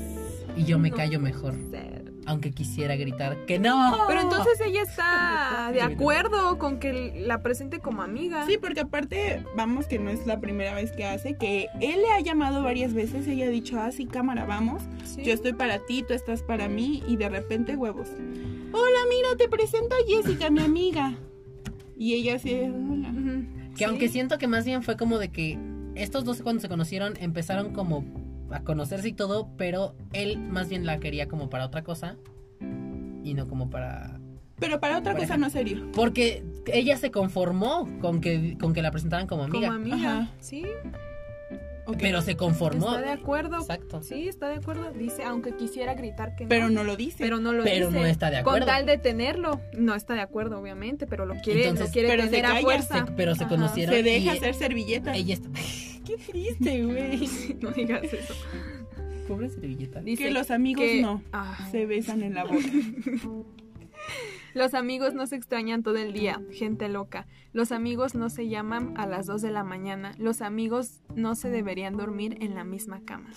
Y yo me
no.
callo mejor.
ser.
Aunque quisiera gritar que no.
Pero entonces ella está de
Sí, no.
acuerdo con que la presente como amiga.
Sí, porque aparte, vamos, que no es la primera vez que hace, que él le ha llamado varias veces, ella ha dicho, ah, sí, cámara, vamos.
Sí.
pues, Yo estoy para ti, tú estás para mí, y de repente huevos. Hola, mira, te presento a Jessica, mi amiga. Y ella así, hola.
Ujú.
Que
Sí.
aunque siento que más bien fue como de que estos dos cuando se conocieron empezaron como a conocerse y todo, pero él más bien la quería como para otra cosa y no como para...
Pero para otra
Pareja.
cosa no serio.
Porque ella se conformó con que, con que la presentaran como
como
amiga,
amiga.
Ajá.
Sí,
Ok.
pero se conformó.
está de acuerdo.
Exacto.
Sí, está de acuerdo. Dice, aunque quisiera gritar que no.
Pero no lo dice.
pero no lo
Pero
dice.
no está de acuerdo.
Con tal de tenerlo. No está de acuerdo, obviamente, pero lo quiere,
Entonces-
lo quiere
Pero se
tener a
calla,
Se-
fuerza.
pero se
Ajá.
conocieron.
se deja
e-
y
hacer servilleta.
Ella está...
Qué triste, güey.
No digas eso.
Pobre servilleta.
Dice
que los amigos
que-
no
Ah.
se besan en la boca.
Los amigos no se extrañan todo el día, gente loca. Los amigos no se llaman a las 2 de la mañana. Los amigos no se deberían dormir en la misma cama.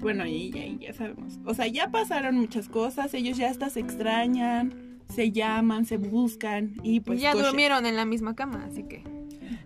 Bueno, y ya, y ya sabemos. O sea, ya pasaron muchas cosas, ellos ya hasta se extrañan, se llaman, se buscan y pues...
ya
coche.
durmieron en la misma cama, así que.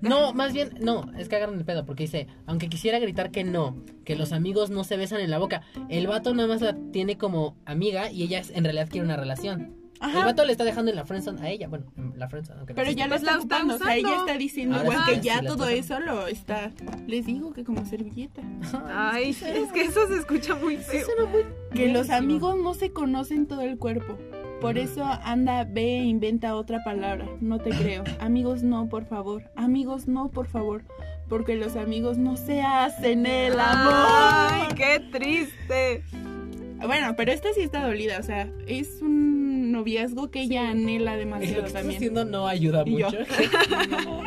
No, más bien, no, es que agarran el pedo, porque dice, aunque quisiera gritar que no, que los amigos no se besan en la boca, el vato nada más la tiene como amiga y ella es- en realidad quiere una relación. El
Ajá,
vato le está dejando en la friendzone a ella, bueno, en la friendzone, aunque no
pero
existe.
ya lo
Pues
está
la está
ocupando, o sea, ella
usando.
está diciendo
Ahora
igual
sí,
que
sí
ya
la
todo
está
eso lo está... Les digo que como servilleta.
Ay, es que eso se escucha muy
Sí,
feo.
suena muy
Pues Que los
buenísimo.
amigos no se conocen todo el cuerpo. Por eso anda, ve e inventa otra palabra. No te creo. Amigos no, por favor. Amigos no, por favor. Porque los amigos no se hacen el
Ay,
amor.
qué triste.
Bueno, pero esta sí está dolida. O sea, es un noviazgo que ella
Y Lo
anhela demasiado
que estás
también.
haciendo no ayuda
Y yo.
mucho.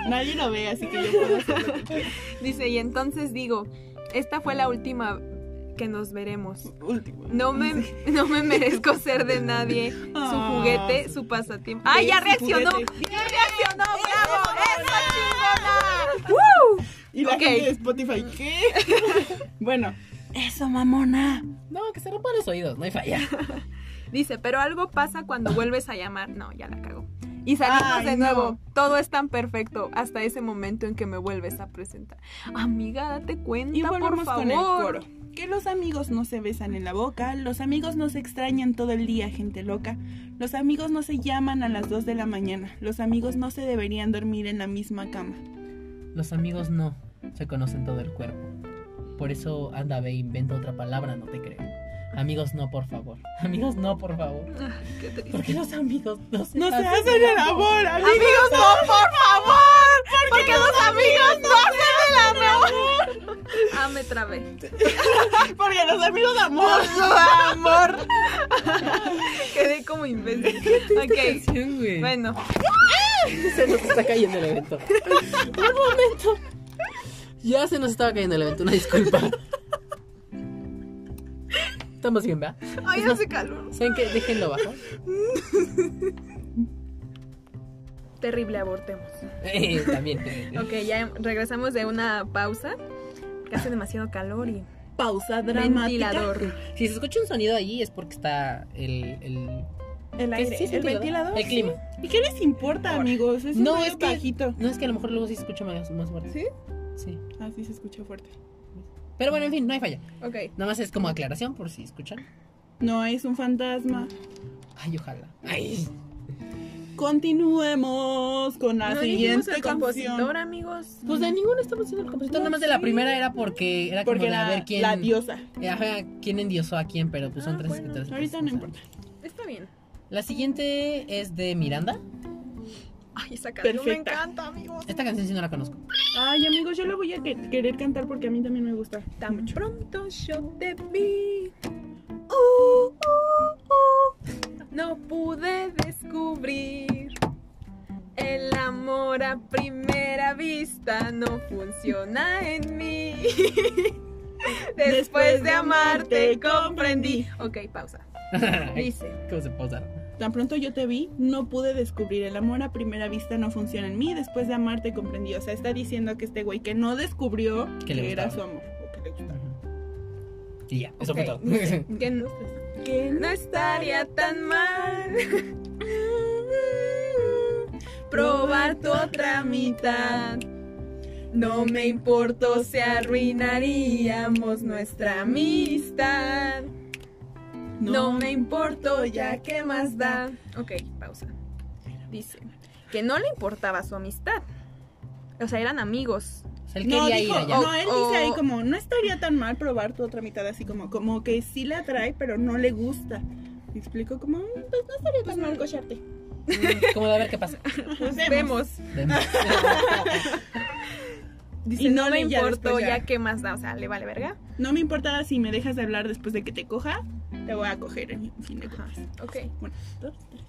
Nadie lo ve, así que yo puedo hacer lo que
Dice, y entonces digo, esta fue la última que nos veremos.
quiera. Último.
No me, no me merezco ser de nadie. Su
Ah.
juguete, su pasatiempo. ¡Ay, ya
Su
reaccionó!
juguete.
¡Ya reaccionó! ¡Bravo! ¡Eso, chingona!
Y la
Ok.
gente de Spotify, ¿qué? bueno, Eso, mamona.
No, que se rompan los oídos, no hay falla.
Dice, pero algo pasa cuando vuelves a llamar. No, ya la cago. Y salimos
Ay,
de
no.
nuevo. Todo es tan perfecto hasta ese momento en que me vuelves a presentar. Amiga, date cuenta,
Y
por
volvemos
favor.
con el coro. Que los amigos no se besan en la boca, los amigos no se extrañan todo el día, gente loca. Los amigos no se llaman a las 2 de la mañana, los amigos no se deberían dormir en la misma cama.
Los amigos no se conocen todo el cuerpo. Por eso anda, ve, inventa otra palabra, no te creo. Amigos no, por favor. Amigos no, por favor.
Ah, qué triste.
Porque los amigos no se,
No se hacen el amor, amigos.
Amigos, no, por favor. Porque los amigos no hacen el amor. Ah, me trabé.
Porque los amigos de amor.
amor. Quedé como imbécil. Ok.
canción, güey.
Bueno,
Se nos está cayendo el evento. Un momento. Ya se nos estaba cayendo el evento, una disculpa. Estamos bien, ¿verdad?
ay, hace calor.
¿Saben qué? Déjenlo bajo.
Terrible, abortemos.
Eh, también.
Ok, ya em- regresamos de una pausa. Que hace demasiado calor y
Pausa dramática.
ventilador.
Si se escucha un sonido ahí es porque está el. el...
El aire,
¿Qué es? ¿Sí es
el ventilador.
El clima.
¿Y qué les importa, amigos? Es
No,
no,
es
es
que-
bajito.
No es que a lo mejor luego sí se escucha más, más fuerte.
¿Sí?
Sí.
Así se escucha fuerte.
Pero bueno, en fin, no hay falla.
Ok.
Nada más es como aclaración por si escuchan.
No es un fantasma.
Ay, ojalá. Ay.
Continuemos con la
No dijimos
siguiente
el
composición.
compositor, amigos.
Pues de ninguno estamos haciendo el compositor. Nada más de la primera era porque era como
Porque
de a
la,
ver quién.
la diosa.
Eh, ajá, quién endiosó a quién, pero pues son
Ah,
tres
bueno.
tres-
Ahorita
tres-
no
tres-
importa.
Está bien.
La siguiente es de Miranda.
Ay, esa canción
Perfecta.
me encanta, amigos.
Esta canción sí no la conozco.
Ay, amigos, yo la voy a que- querer cantar porque a mí también me gusta.
Tan pronto yo te vi.
Uh,
No pude descubrir. El amor a primera vista no funciona en mí. Después de amarte comprendí. Ok, pausa. Dice.
¿Cómo se posa?
Tan pronto yo te vi, no pude descubrir. El amor a primera vista no funciona en mí. Después de amarte comprendí. O sea, está diciendo que este güey que no descubrió
Que
que,
le
era
gustaba.
su amor. o que le gustaba.
Y ya, eso
Ok,
fue
dice
todo.
que no, que no estaría tan mal probar tu otra mitad. No me importó si arruinaríamos nuestra amistad. No me importó ya que más da. Ok, pausa. Dice que no le importaba su amistad. O sea, eran amigos.
O sea, él
No,
quería
dijo- oh.
ir allá.
no, él
O-
dice ahí como, no estaría tan mal probar tu otra mitad así como, como que sí la atrae, pero no le gusta. Me explico como, "Mm, pues no estaría tan mal cocharte.
¿Cómo va a ver qué pasa?
Nos vemos.
Vemos.
Vemos.
Dice,
Y no me
le- ya
importó
después ya.
ya que más da. O sea, le vale verga.
No me importa si me dejas de hablar después de que te coja, te voy a coger en fin de cuentas.
Ok.
Bueno, dos, tres.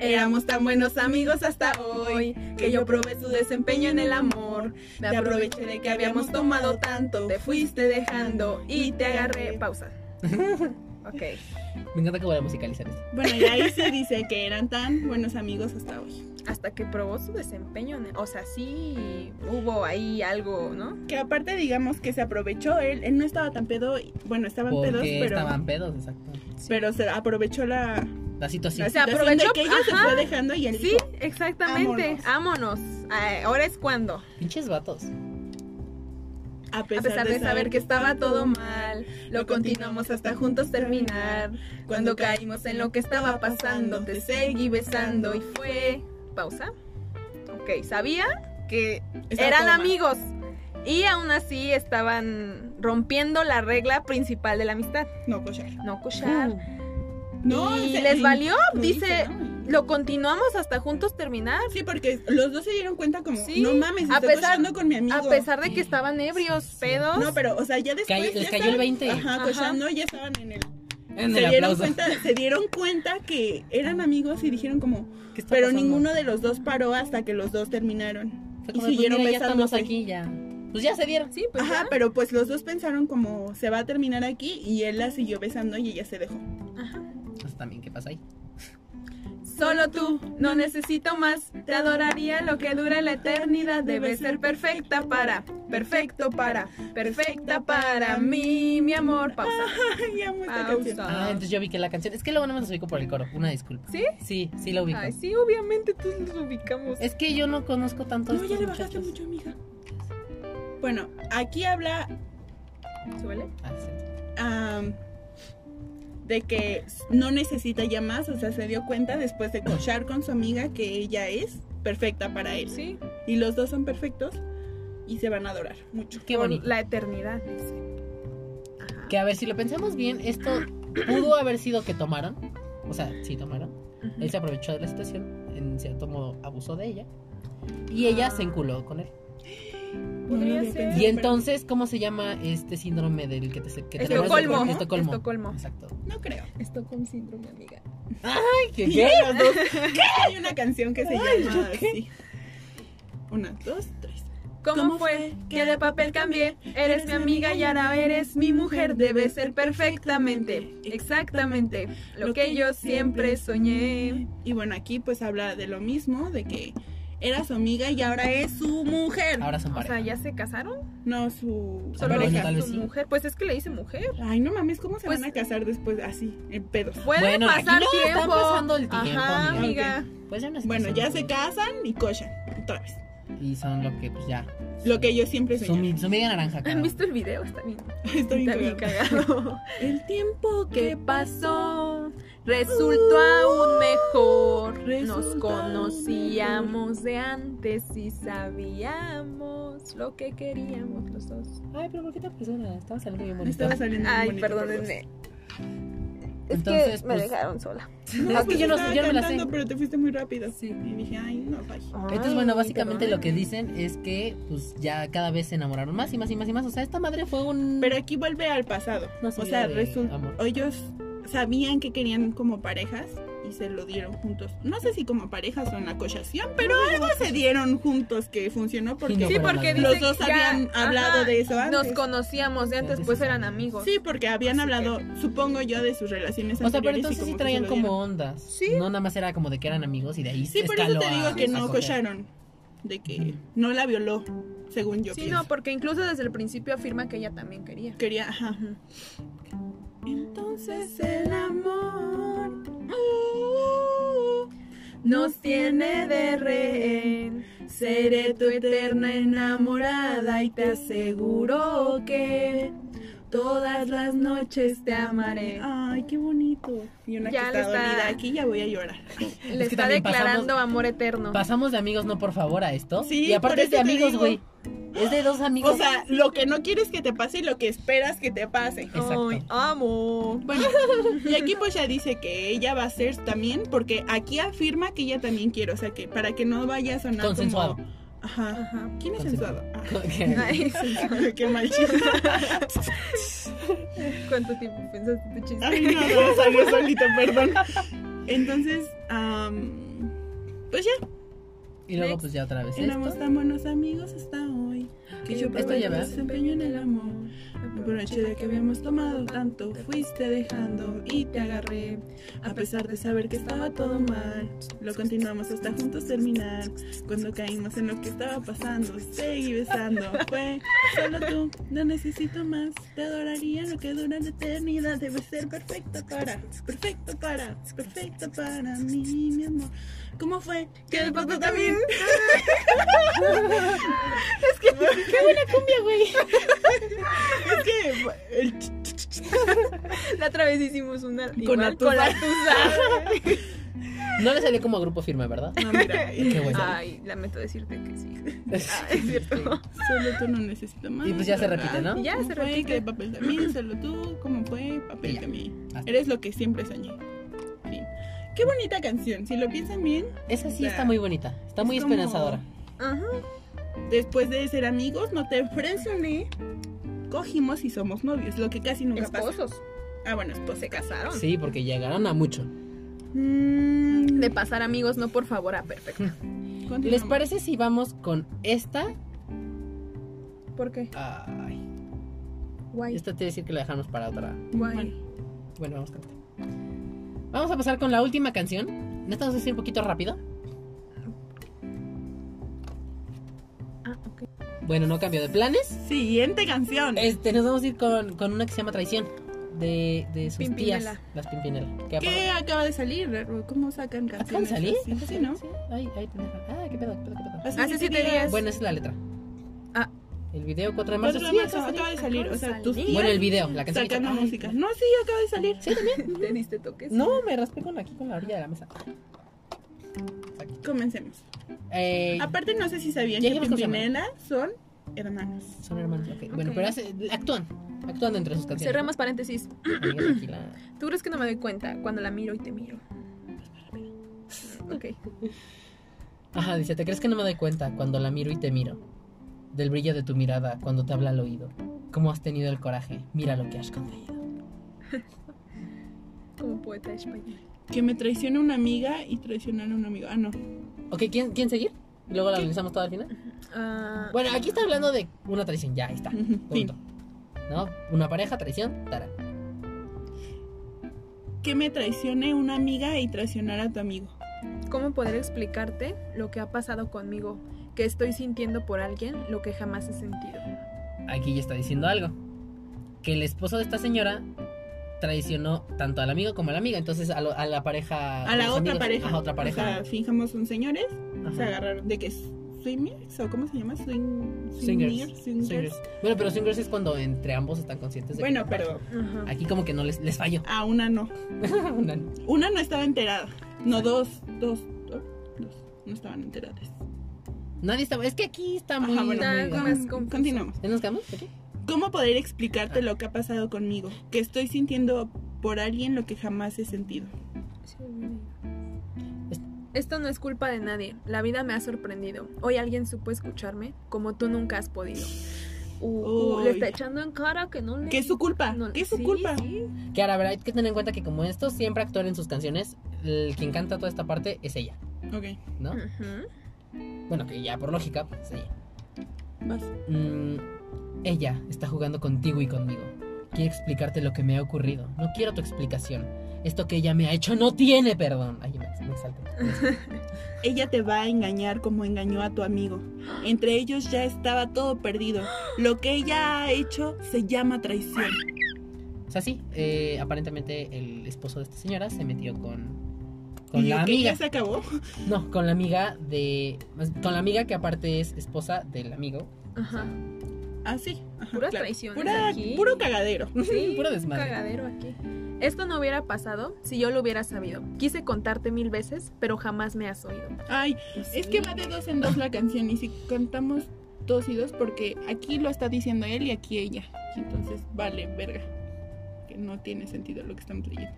Éramos tan buenos amigos hasta hoy que yo probé su desempeño en el amor. Me aproveché de que habíamos tomado tanto, te fuiste dejando y te agarré. Pausa. Ok.
Me encanta que voy a musicalizar esto.
Bueno, y ahí se dice que eran tan buenos amigos hasta hoy.
Hasta que probó su desempeño, en el- o sea, sí hubo ahí algo, ¿no?
Que aparte digamos que se aprovechó, él, él no estaba tan pedo, y- bueno, estaban
Porque
pedos, pero,
estaban pedos, exacto.
pero se aprovechó la,
La situación.
la
Se
situación
aprovechó,
de que ella se
ajá.
fue dejando y él
Sí,
dijo,
exactamente. Vámonos. Ah, Ahora es cuando.
Pinches vatos.
a
A
pesar,
pesar de saber que estaba todo mal, lo continuamos hasta juntos terminar. Cuando caímos en lo que estaba pasando, te seguí besando y fue. Pausa. Ok, sabía que
Estaba
eran
todo mal.
amigos y aún así estaban rompiendo la regla principal de la amistad:
No, cochar.
no cochar.
No,
¿Y
se-
les valió?
lo
Dice-
¿no?
Lo continuamos hasta juntos terminar,
Sí, porque los dos se dieron cuenta como,
Sí,
no mames,
a
estoy
pesar-
cochando con mi amigo.
a pesar de que estaban ebrios, pedos.
No, pero, o sea, ya después...
Cayó- les
ya
cayó el
estaban-
20.
Ajá,
Ajá.
cochando, ya estaban en el...
En
se,
el
dieron
aplauso.
cuenta, se dieron cuenta que eran amigos y dijeron como,
¿Qué está
pero
pasando?
ninguno de los dos paró hasta que los dos terminaron.
Fue
y
como, pues,
siguieron
mira, ya estamos
besándose.
aquí, ya. Pues ya se dieron.
Sí, pues.
Ajá,
ya.
pero pues los dos pensaron como, se va a terminar aquí y él la siguió besando y ella se dejó.
Ajá.
Pues Entonces también, ¿qué pasa ahí?
Solo tú, no necesito más. Te adoraría lo que dura la eternidad. Debe ser perfecta para, perfecto para, perfecta para mí, mi amor. Pausa.
Ah,
Ya muy
Pausa.
Ah, entonces yo vi que la canción. Es que luego no me las ubico por el coro. Una disculpa.
¿Sí?
Sí, sí la ubico.
Ay, sí, obviamente todos nos ubicamos.
Es que yo no conozco tanto a
No,
estos
ya le bajaste
muchachos.
mucho, mija. Bueno, aquí habla
¿Suele?
Ah, sí.
am, de que no necesita ya más, o sea, se dio cuenta después de cochar con su amiga que ella es perfecta para él.
Sí,
Y los dos son perfectos y se van a adorar mucho.
Qué
por
bonito.
la eternidad, dice. Ajá.
Que a ver, si lo pensamos bien, esto pudo haber sido que tomaron. O sea, sí tomaron.
Ujú.
Él se aprovechó de la situación. En cierto modo, abusó de ella. Y ella se enculó con él.
Podría
No lo
ser.
había pensado,
Y
Eh, pero-
entonces, ¿cómo se llama este síndrome del que te... Que te
Estocolmo.
Estocolmo.
Estocolmo.
Exacto.
No creo.
Estocolmo síndrome, amiga.
Ay, ¿Qué? qué?
Hay una canción que se llama así. Una, dos, tres.
¿Cómo,
¿Cómo
fue que de papel cambié? Eres mi amiga y ahora eres mi mujer. Debe ser perfectamente, exactamente lo que yo siempre soñé.
Y bueno, aquí pues habla de lo mismo, de que era su amiga y ahora es su mujer.
Ahora son
O
pareja.
sea, ¿ya se casaron?
No, su
Solo
Bueno,
es
tal
pareja.
vez
su
sí.
mujer. Pues es que le dice mujer.
Ay, no mames, ¿cómo se
Pues-
van a casar después así, en pedos?
Puede
Bueno, aquí
pasar
no, está
tiempo.
pasando el tiempo,
Ajá,
amiga.
amiga.
Pues ya no es
Bueno,
que
ya
son-
se casan y cochan, otra vez.
Y son lo que, pues ya.
Lo que yo siempre
Su,
soñé.
mi- su media naranja. cada
¿Han
uno.
visto el video? Está bien.
Estoy
Está bien
bien cagada.
cagado.
El tiempo
¿Qué
que
pasó? Resultó aún mejor. Nos
Resultó
conocíamos de antes y sabíamos lo que queríamos los dos.
Ay, pero ¿por qué esta persona? Estaba saliendo bien
me
bonito.
estaba saliendo muy
Ay,
bonito por los-
perdónenme. Es
Entonces,
que me
pues-
dejaron sola.
No, es que yo no sé,
estaba
yo no me la sé.
cantando, pero te fuiste muy rápido.
Sí.
Y dije, ay, no, bye.
Entonces, bueno, básicamente lo que dicen es que, pues, ya cada vez se enamoraron más y más y más y más. O sea, esta madre fue un...
Pero aquí vuelve al pasado.
Una
o
subida
sea,
de
resulta.
amor.
Ellos sabían que querían como parejas y se lo dieron juntos. No sé si como parejas o en la cochación, pero algo se dieron juntos que funcionó porque.
no
Sí,
fueron
porque
las dos.
dice
Los dos
que
habían hablado de eso antes.
Nos conocíamos de antes,
Antes
pues
sí.
eran amigos.
Sí, porque habían
Así
hablado, supongo yo, de sus relaciones
O sea, pero
anteriores y
entonces sí
que se
traían
lo dieron.
como ondas.
Sí.
No nada más era como de que eran amigos y de ahí
Sí,
se
por eso
escaló
te digo
a-
que
a
no
coger.
cocharon. De que no la violó, según yo.
Sí,
pienso.
no, porque incluso desde el principio afirma que ella también quería.
Quería, ajá.
Ujú.
Entonces el amor uh, nos tiene de rehén. Seré tu eterna enamorada y te aseguro que todas las noches te amaré.
Ah,
Ay, qué bonito. Y una
Ya
que
le
está
está-
dolida aquí ya voy a llorar.
Le
Es que
está
también pasamos-
declarando amor eterno.
Pasamos de amigos no por favor a esto.
Sí,
y
por
aparte es de
eso te
amigos,
digo.
güey. Es de dos amigos.
O sea, lo que no quieres que te pase y lo que esperas que te pase.
Exacto.
Ay, amo.
Bueno, y aquí pues ya dice que ella va a ser también, porque aquí afirma que ella también quiere, o sea que para que no vaya a sonar
Consensuado.
como... Ajá.
Ajá.
¿Quién es
Consensuado.
sensuado? Ah,
Ay, sí.
qué mal chiste.
¿Cuánto tiempo pensaste tu chiste?
Ay, no, no, salió solito, perdón. Entonces, am, pues ya,
y luego pues ya otra vez esto.
enamorámonos amigos hasta hoy. Que yo
Esto
probé
ya,
tu
¿verdad?
desempeño en el amor. La borrachera que habíamos tomado tanto, fuiste dejando y te agarré. A pesar de saber que estaba todo mal, lo continuamos hasta juntos terminar. Cuando caímos en lo que estaba pasando, seguí besando. Fue solo tú, no necesito más. Te adoraría lo que dura la eternidad. Debe ser perfecto para, perfecto para, perfecto para mí, mi amor. ¿Cómo fue? Que el papá también. Es que el ch-
La otra vez hicimos una igual,
Con
con
la
la
tusa.
tusa.
No le salió como a grupo firme, ¿verdad?
No, mira,
Qué bueno.
Ay, lamento decirte que sí. Ah, es cierto.
solo tú no necesito más.
Y pues ya se repite, ¿no?
¿Cómo
Ya se
fue
repite.
que papel también, solo tú, ¿cómo fue? Papel
Y ya.
también.
Hasta-
Eres lo que siempre soñé. Fin. Qué bonita canción, si lo piensan bien,
Esa sí está muy bonita. Está muy
Es como-
esperanzadora.
Ajá.
después de ser amigos, no te presioné, cogimos y somos novios, lo que casi nunca pasa.
Esposos.
Ah, bueno, esposa.
Se casaron.
Sí, porque llegaron a mucho.
Mm,
De pasar amigos, no por favor, a perfecto.
continuamos.
¿Les parece si vamos con esta?
¿Por qué?
Ay,
Guay.
esta te voy a decir que la dejamos para otra.
Guay.
Bueno,
Bueno, vamos con esta. Vamos a pasar con la última canción. ¿No estás así un poquito rápido?
Ah, ok.
Bueno, no cambio de planes.
Siguiente canción.
Este, nos vamos a ir con, con una que se llama Traición. De, de sus tías,
Pimpinela.
las Pimpinela. Que
¿Qué acaba de salir? ¿Cómo sacan canciones?
¿Acaban de salir?
así? Sí, ¿no?
Sí, Ay, ay, pendeja. Ah, qué pedo, qué pedo, qué pedo.
Hace siete días.
Bueno, esa es la letra.
Ah.
El video 4 de marzo.
Cuatro de
sí,
marzo,
acaba de
acaba de salir. O sea, tus
Acaba de
salir.
tías
Bueno, el video, la canción. que-
sacando
Ay,
música. No, sí, acaba de salir.
Sí, también.
¿Te diste toques?
No, me raspé con aquí con la orilla de la mesa.
Comencemos.
Eh,
Aparte, no sé si sabían
Ya
que
dijimos que se
Pimpinela son hermanos.
son hermanos. ok. Bueno,
Ok.
pero hace- actúan. Actúan entre sus canciones.
Cerramos paréntesis.
¿no? Amiga, tranquila.
¿Tú crees que no me doy cuenta cuando la miro y te miro? Ok.
Ajá, dice, ¿te crees que no me doy cuenta cuando la miro y te miro? Del brillo de tu mirada cuando te habla al oído. ¿Cómo has tenido el coraje? Mira lo que has conseguido.
Como poeta español.
Que me traiciona una amiga y traicionaron a un amigo. Ah, no.
Ok, ¿quién, quién seguir? Y luego la analizamos todo al final.
Ah,
Bueno, aquí está hablando de una traición. Ya, ahí está. Ah, Punto.
Fin.
¿No? Una pareja, traición, tarán.
Que me traicione una amiga y traicionar a tu amigo.
Ah,
¿Cómo poder explicarte lo que ha pasado conmigo? Que estoy sintiendo por alguien lo que jamás he sentido.
Aquí ya está diciendo algo. Que el esposo de esta señora traicionó tanto al amigo como a la amiga. Entonces a, lo- a la pareja...
A la
los
otra
amigos,
pareja.
A pues, otra pareja.
O sea, fijamos son señores.
Ajá.
Se agarraron. ¿De qué? ¿Swingers? ¿O cómo se llama? Swing,
Swingers.
swingers.
Swingers. Bueno, pero swingers es cuando entre ambos están conscientes de
Bueno,
que...
pero
Ajá.
Aquí como que no les, les falló.
a una no. Ah,
Una-
Una no estaba enterada. No, dos. Dos. do- Dos. No estaban enteradas.
Nadie estaba... Es que aquí está muy...
Ajá, bueno,
muy-
Está
ajá.
más
Con-
confuso.
continuamos.
¿Ya nos quedamos? ¿Aquí?
¿Cómo poder
Ah.
explicarte lo que ha pasado conmigo? Que estoy sintiendo por alguien lo que jamás he sentido.
Sí, bueno.
Este
Es-
Esto no es culpa de nadie. La vida me ha sorprendido. Hoy alguien supo escucharme como tú nunca has podido. Uh, uh, le
Uy.
está echando en cara que no le.
¿Qué es su culpa?
no-
¿Qué es su
sí,
culpa?
sí.
Que ahora, habrá que tener en cuenta que como estos siempre actúan en sus canciones, el que encanta toda esta parte es ella,
Ok,
¿no?
Ujú.
Bueno, que ya por lógica, pues es ella.
vas.
Mm, ella está jugando contigo y conmigo. Quiere explicarte lo que me ha ocurrido. No quiero tu explicación. Esto que ella me ha hecho no tiene perdón. Ay, me, me salté.
Ella te va a engañar como engañó a tu amigo. Entre ellos ya estaba todo perdido. Lo que ella ha hecho se llama traición.
O sea, sí, eh, aparentemente el esposo de esta señora se metió con, con
Y
la
ok,
amiga.
ya se acabó.
No, con la amiga de. más- Con la amiga que aparte es esposa del amigo.
Ajá.
Ah, sí. Ajá,
Puras traiciones
Pura-
aquí.
Puro cagadero.
Sí,
Puro desmadre.
Cagadero aquí. Esto no hubiera pasado si yo lo hubiera sabido. Quise contarte mil veces, pero jamás me has oído.
Ay, es que va de dos en dos la canción. Y si cantamos dos y dos, porque aquí lo está diciendo él y aquí ella. Entonces, vale, verga. Que no tiene sentido lo que estamos leyendo.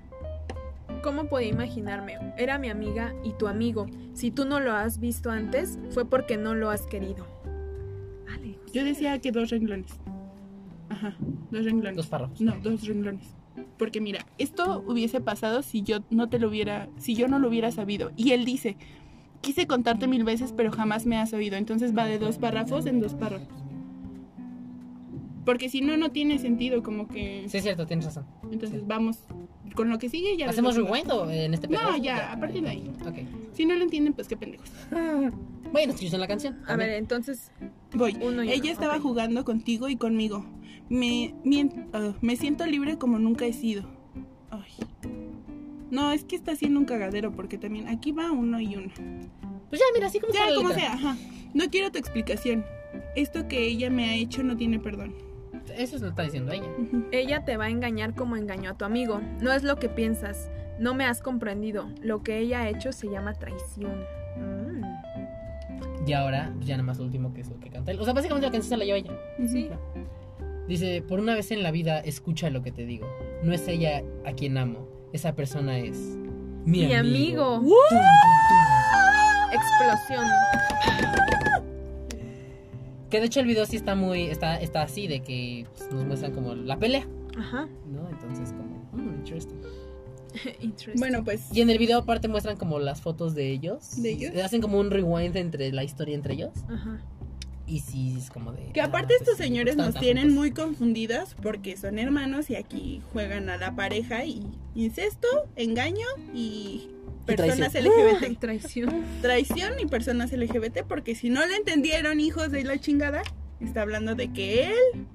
¿Cómo podía imaginarme? Era mi amiga y tu amigo. Si tú no lo has visto antes, fue porque no lo has querido. Vale.
Yo decía que dos renglones. Ajá, dos renglones.
Dos párrafos.
No, dos renglones. Porque mira, esto hubiese pasado si yo no te lo hubiera, si yo no lo hubiera sabido. Y él dice, quise contarte mil veces, pero jamás me has oído. Entonces va de dos párrafos en dos párrafos. Porque si no, no tiene sentido, como que...
Sí, es cierto, tienes razón.
Entonces
Sí.
vamos con lo que sigue y ya...
¿Hacemos
vemos.
rewind o en este
No,
pedazo?
ya, a partir de ahí.
Ok.
Si no lo entienden, pues qué pendejos.
Bueno, escuchan la canción.
A ver, entonces,
Voy.
uno y uno.
Ella estaba
Ok.
jugando contigo y conmigo. Me, mien- ah, me siento libre como nunca he sido. Ay. No, es que está haciendo un cagadero porque también aquí va uno y uno.
Pues ya, mira, así como está
Ya,
la
como
letra.
sea, ajá. No quiero tu explicación. Esto que ella me ha hecho no tiene perdón.
Eso es lo que está diciendo ella.
Ujú.
Ella te va a engañar como engañó a tu amigo. No es lo que piensas. No me has comprendido. Lo que ella ha hecho se llama traición. Mm.
Y ahora, pues ya nada más lo último que es lo que canta él. O sea, básicamente la canción se la lleva ella.
Sí.
Dice, por una vez en la vida, escucha lo que te digo. No es ella a quien amo. Esa persona es... Mi,
Mi amigo.
Tum, tum, tum.
Explosión.
Que de hecho el video sí está muy... Está, está así, de que pues, nos muestran como la pelea,
Ajá.
¿no? Entonces como... mm, interesting.
Interesting.
Bueno, pues
Y en el video aparte muestran como las fotos de ellos.
¿De ellos?
Hacen como un rewind entre la historia entre ellos.
Ajá.
Y sí, es como de...
Que aparte
ah, pues
estos
sí,
señores
están
nos
tan
tienen
juntos.
muy confundidas porque son hermanos y aquí juegan a la pareja y incesto, engaño y personas
traición.
LGBT.
Traición.
Traición y personas LGBT, porque si no le entendieron, hijos de la chingada, está hablando de que él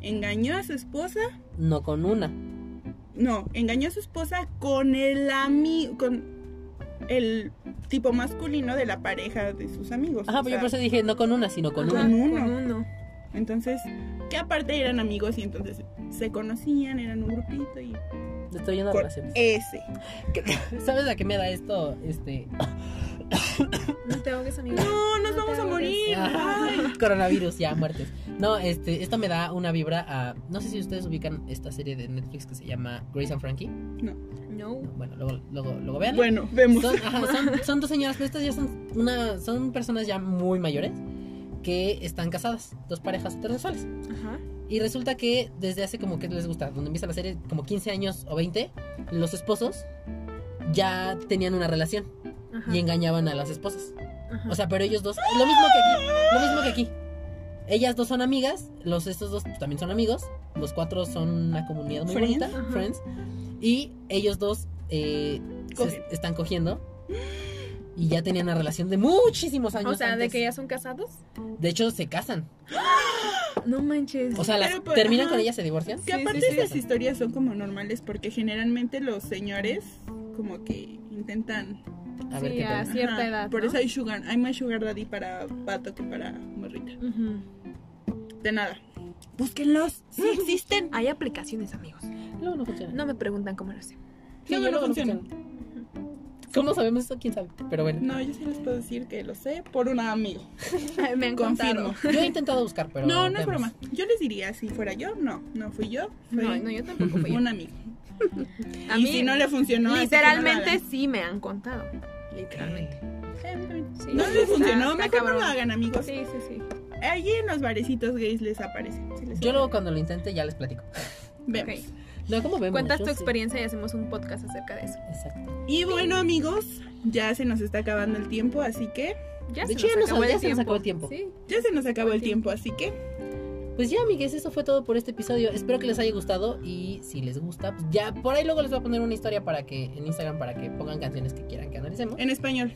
engañó a su esposa.
No con una.
No, engañó a su esposa con el amigo, con el tipo masculino de la pareja de sus amigos.
Ajá,
o
pero yo
sea,
por eso dije no con una, sino con
Ajá,
una.
uno.
Con uno.
Entonces, que aparte eran amigos y entonces se conocían, eran un grupito y...
Estoy yendo a
con
relaciones.
ese.
¿Sabes a qué me da esto? Este.
No te ahogues, amigo.
No, nos
No
vamos
te
a
ahogues.
morir.
Ah,
Ay.
Coronavirus, ya, muertes. No, este, esto me da una vibra a. No sé si ustedes ubican esta serie de Netflix que se llama Grace and Frankie.
No.
No, bueno, luego, luego, luego vean.
Bueno, vemos.
Son, ajá, son, son dos señoras, pero estas ya son una, son personas ya muy mayores que están casadas, dos parejas heterosexuales.
Ajá.
Y resulta que desde hace como que les gusta, donde empieza la serie, como 15 años o 20, los esposos ya tenían una relación
Ajá.
y engañaban a las esposas.
ajá.
O sea, pero ellos dos, lo mismo que aquí, lo mismo que aquí. Ellas dos son amigas, los estos dos también son amigos, los cuatro son una comunidad muy
Friends.
bonita,
Ajá.
friends, y ellos dos eh, se
Cogen.
están cogiendo y ya tenían una relación de muchísimos años.
O sea, de
antes.
que ya son casados.
De hecho se casan,
No manches.
o sea, las-
Pero, pues,
terminan
ajá.
con ellas, se divorcian.
Que
Sí,
aparte
sí, sí.
esas historias son como normales porque generalmente los señores como que intentan...
A ver
Sí,
qué tal.
así. cierta edad,
Por
¿no?
eso hay sugar, hay más sugar daddy para pato que para morrita.
Ujú.
De nada. Búsquenlos, sí existen.
Hay aplicaciones, amigos.
Luego no funciona.
No me preguntan cómo lo sé.
Sí,
Luego no
luego
funciona.
¿Cómo sabemos eso? ¿Quién sabe? Pero bueno.
No, yo sí les puedo decir que lo sé por un amigo.
Me han
Confirmo.
contado.
Yo he intentado buscar, pero...
No, no
vemos.
es broma. Yo les diría si fuera yo, no, no fui yo, fue
No, no, yo tampoco fui.
un amigo.
A
y
mí,
si no le funcionó, así que no lo
literalmente
hagan.
sí me han contado.
Literalmente.
Sí,
No
sí,
le
está-
funcionó,
está
mejor no lo
cabrón.
hagan, amigos.
Sí, sí, sí.
Allí en los barecitos gays les aparece. sí les
Yo
aparece.
luego cuando lo intente ya les platico.
Vemos.
Ok.
No, ¿cómo vemos?
Cuentas
Yo
tu
sí.
experiencia y hacemos un podcast acerca de eso.
Exacto.
Y bueno, amigos, ya se nos está acabando el tiempo, así que
Ya,
De
se,
hecho,
nos
ya nos-
acabó
ya
el
se nos acabó el
tiempo.
tiempo.
Sí.
ya se nos acabó el tiempo, así que
Pues ya, amigues, eso fue todo por este episodio. Espero que les haya gustado y si les gusta, pues ya por ahí luego les voy a poner una historia para que en Instagram para que pongan canciones que quieran que analicemos.
en español.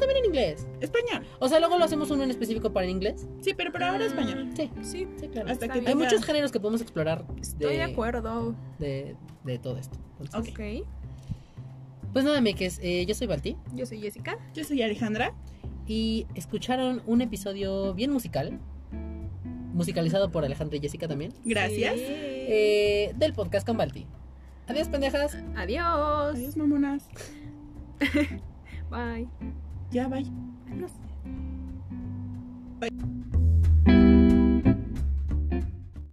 También en inglés.
Español.
O sea, luego lo hacemos uno en específico para el inglés.
Sí, pero por ahora
Mm,
español.
Sí,
Sí,
sí, claro.
Hasta
Está
que
bien.
Hay
tenga-
muchos géneros que podemos explorar
estoy de
de,
acuerdo.
de, de todo esto. Entonces,
Ok.
Ok.
Pues nada, amigues, eh, yo soy Balti
Yo soy Jessica.
Yo soy Alejandra.
y escucharon un episodio bien musical, musicalizado por Alejandro y Jessica también,
Gracias.
Sí.
eh, del podcast con Balti. Adiós, pendejas.
Adiós.
Adiós, mamonas.
Bye.
Ya, bye.
Adiós.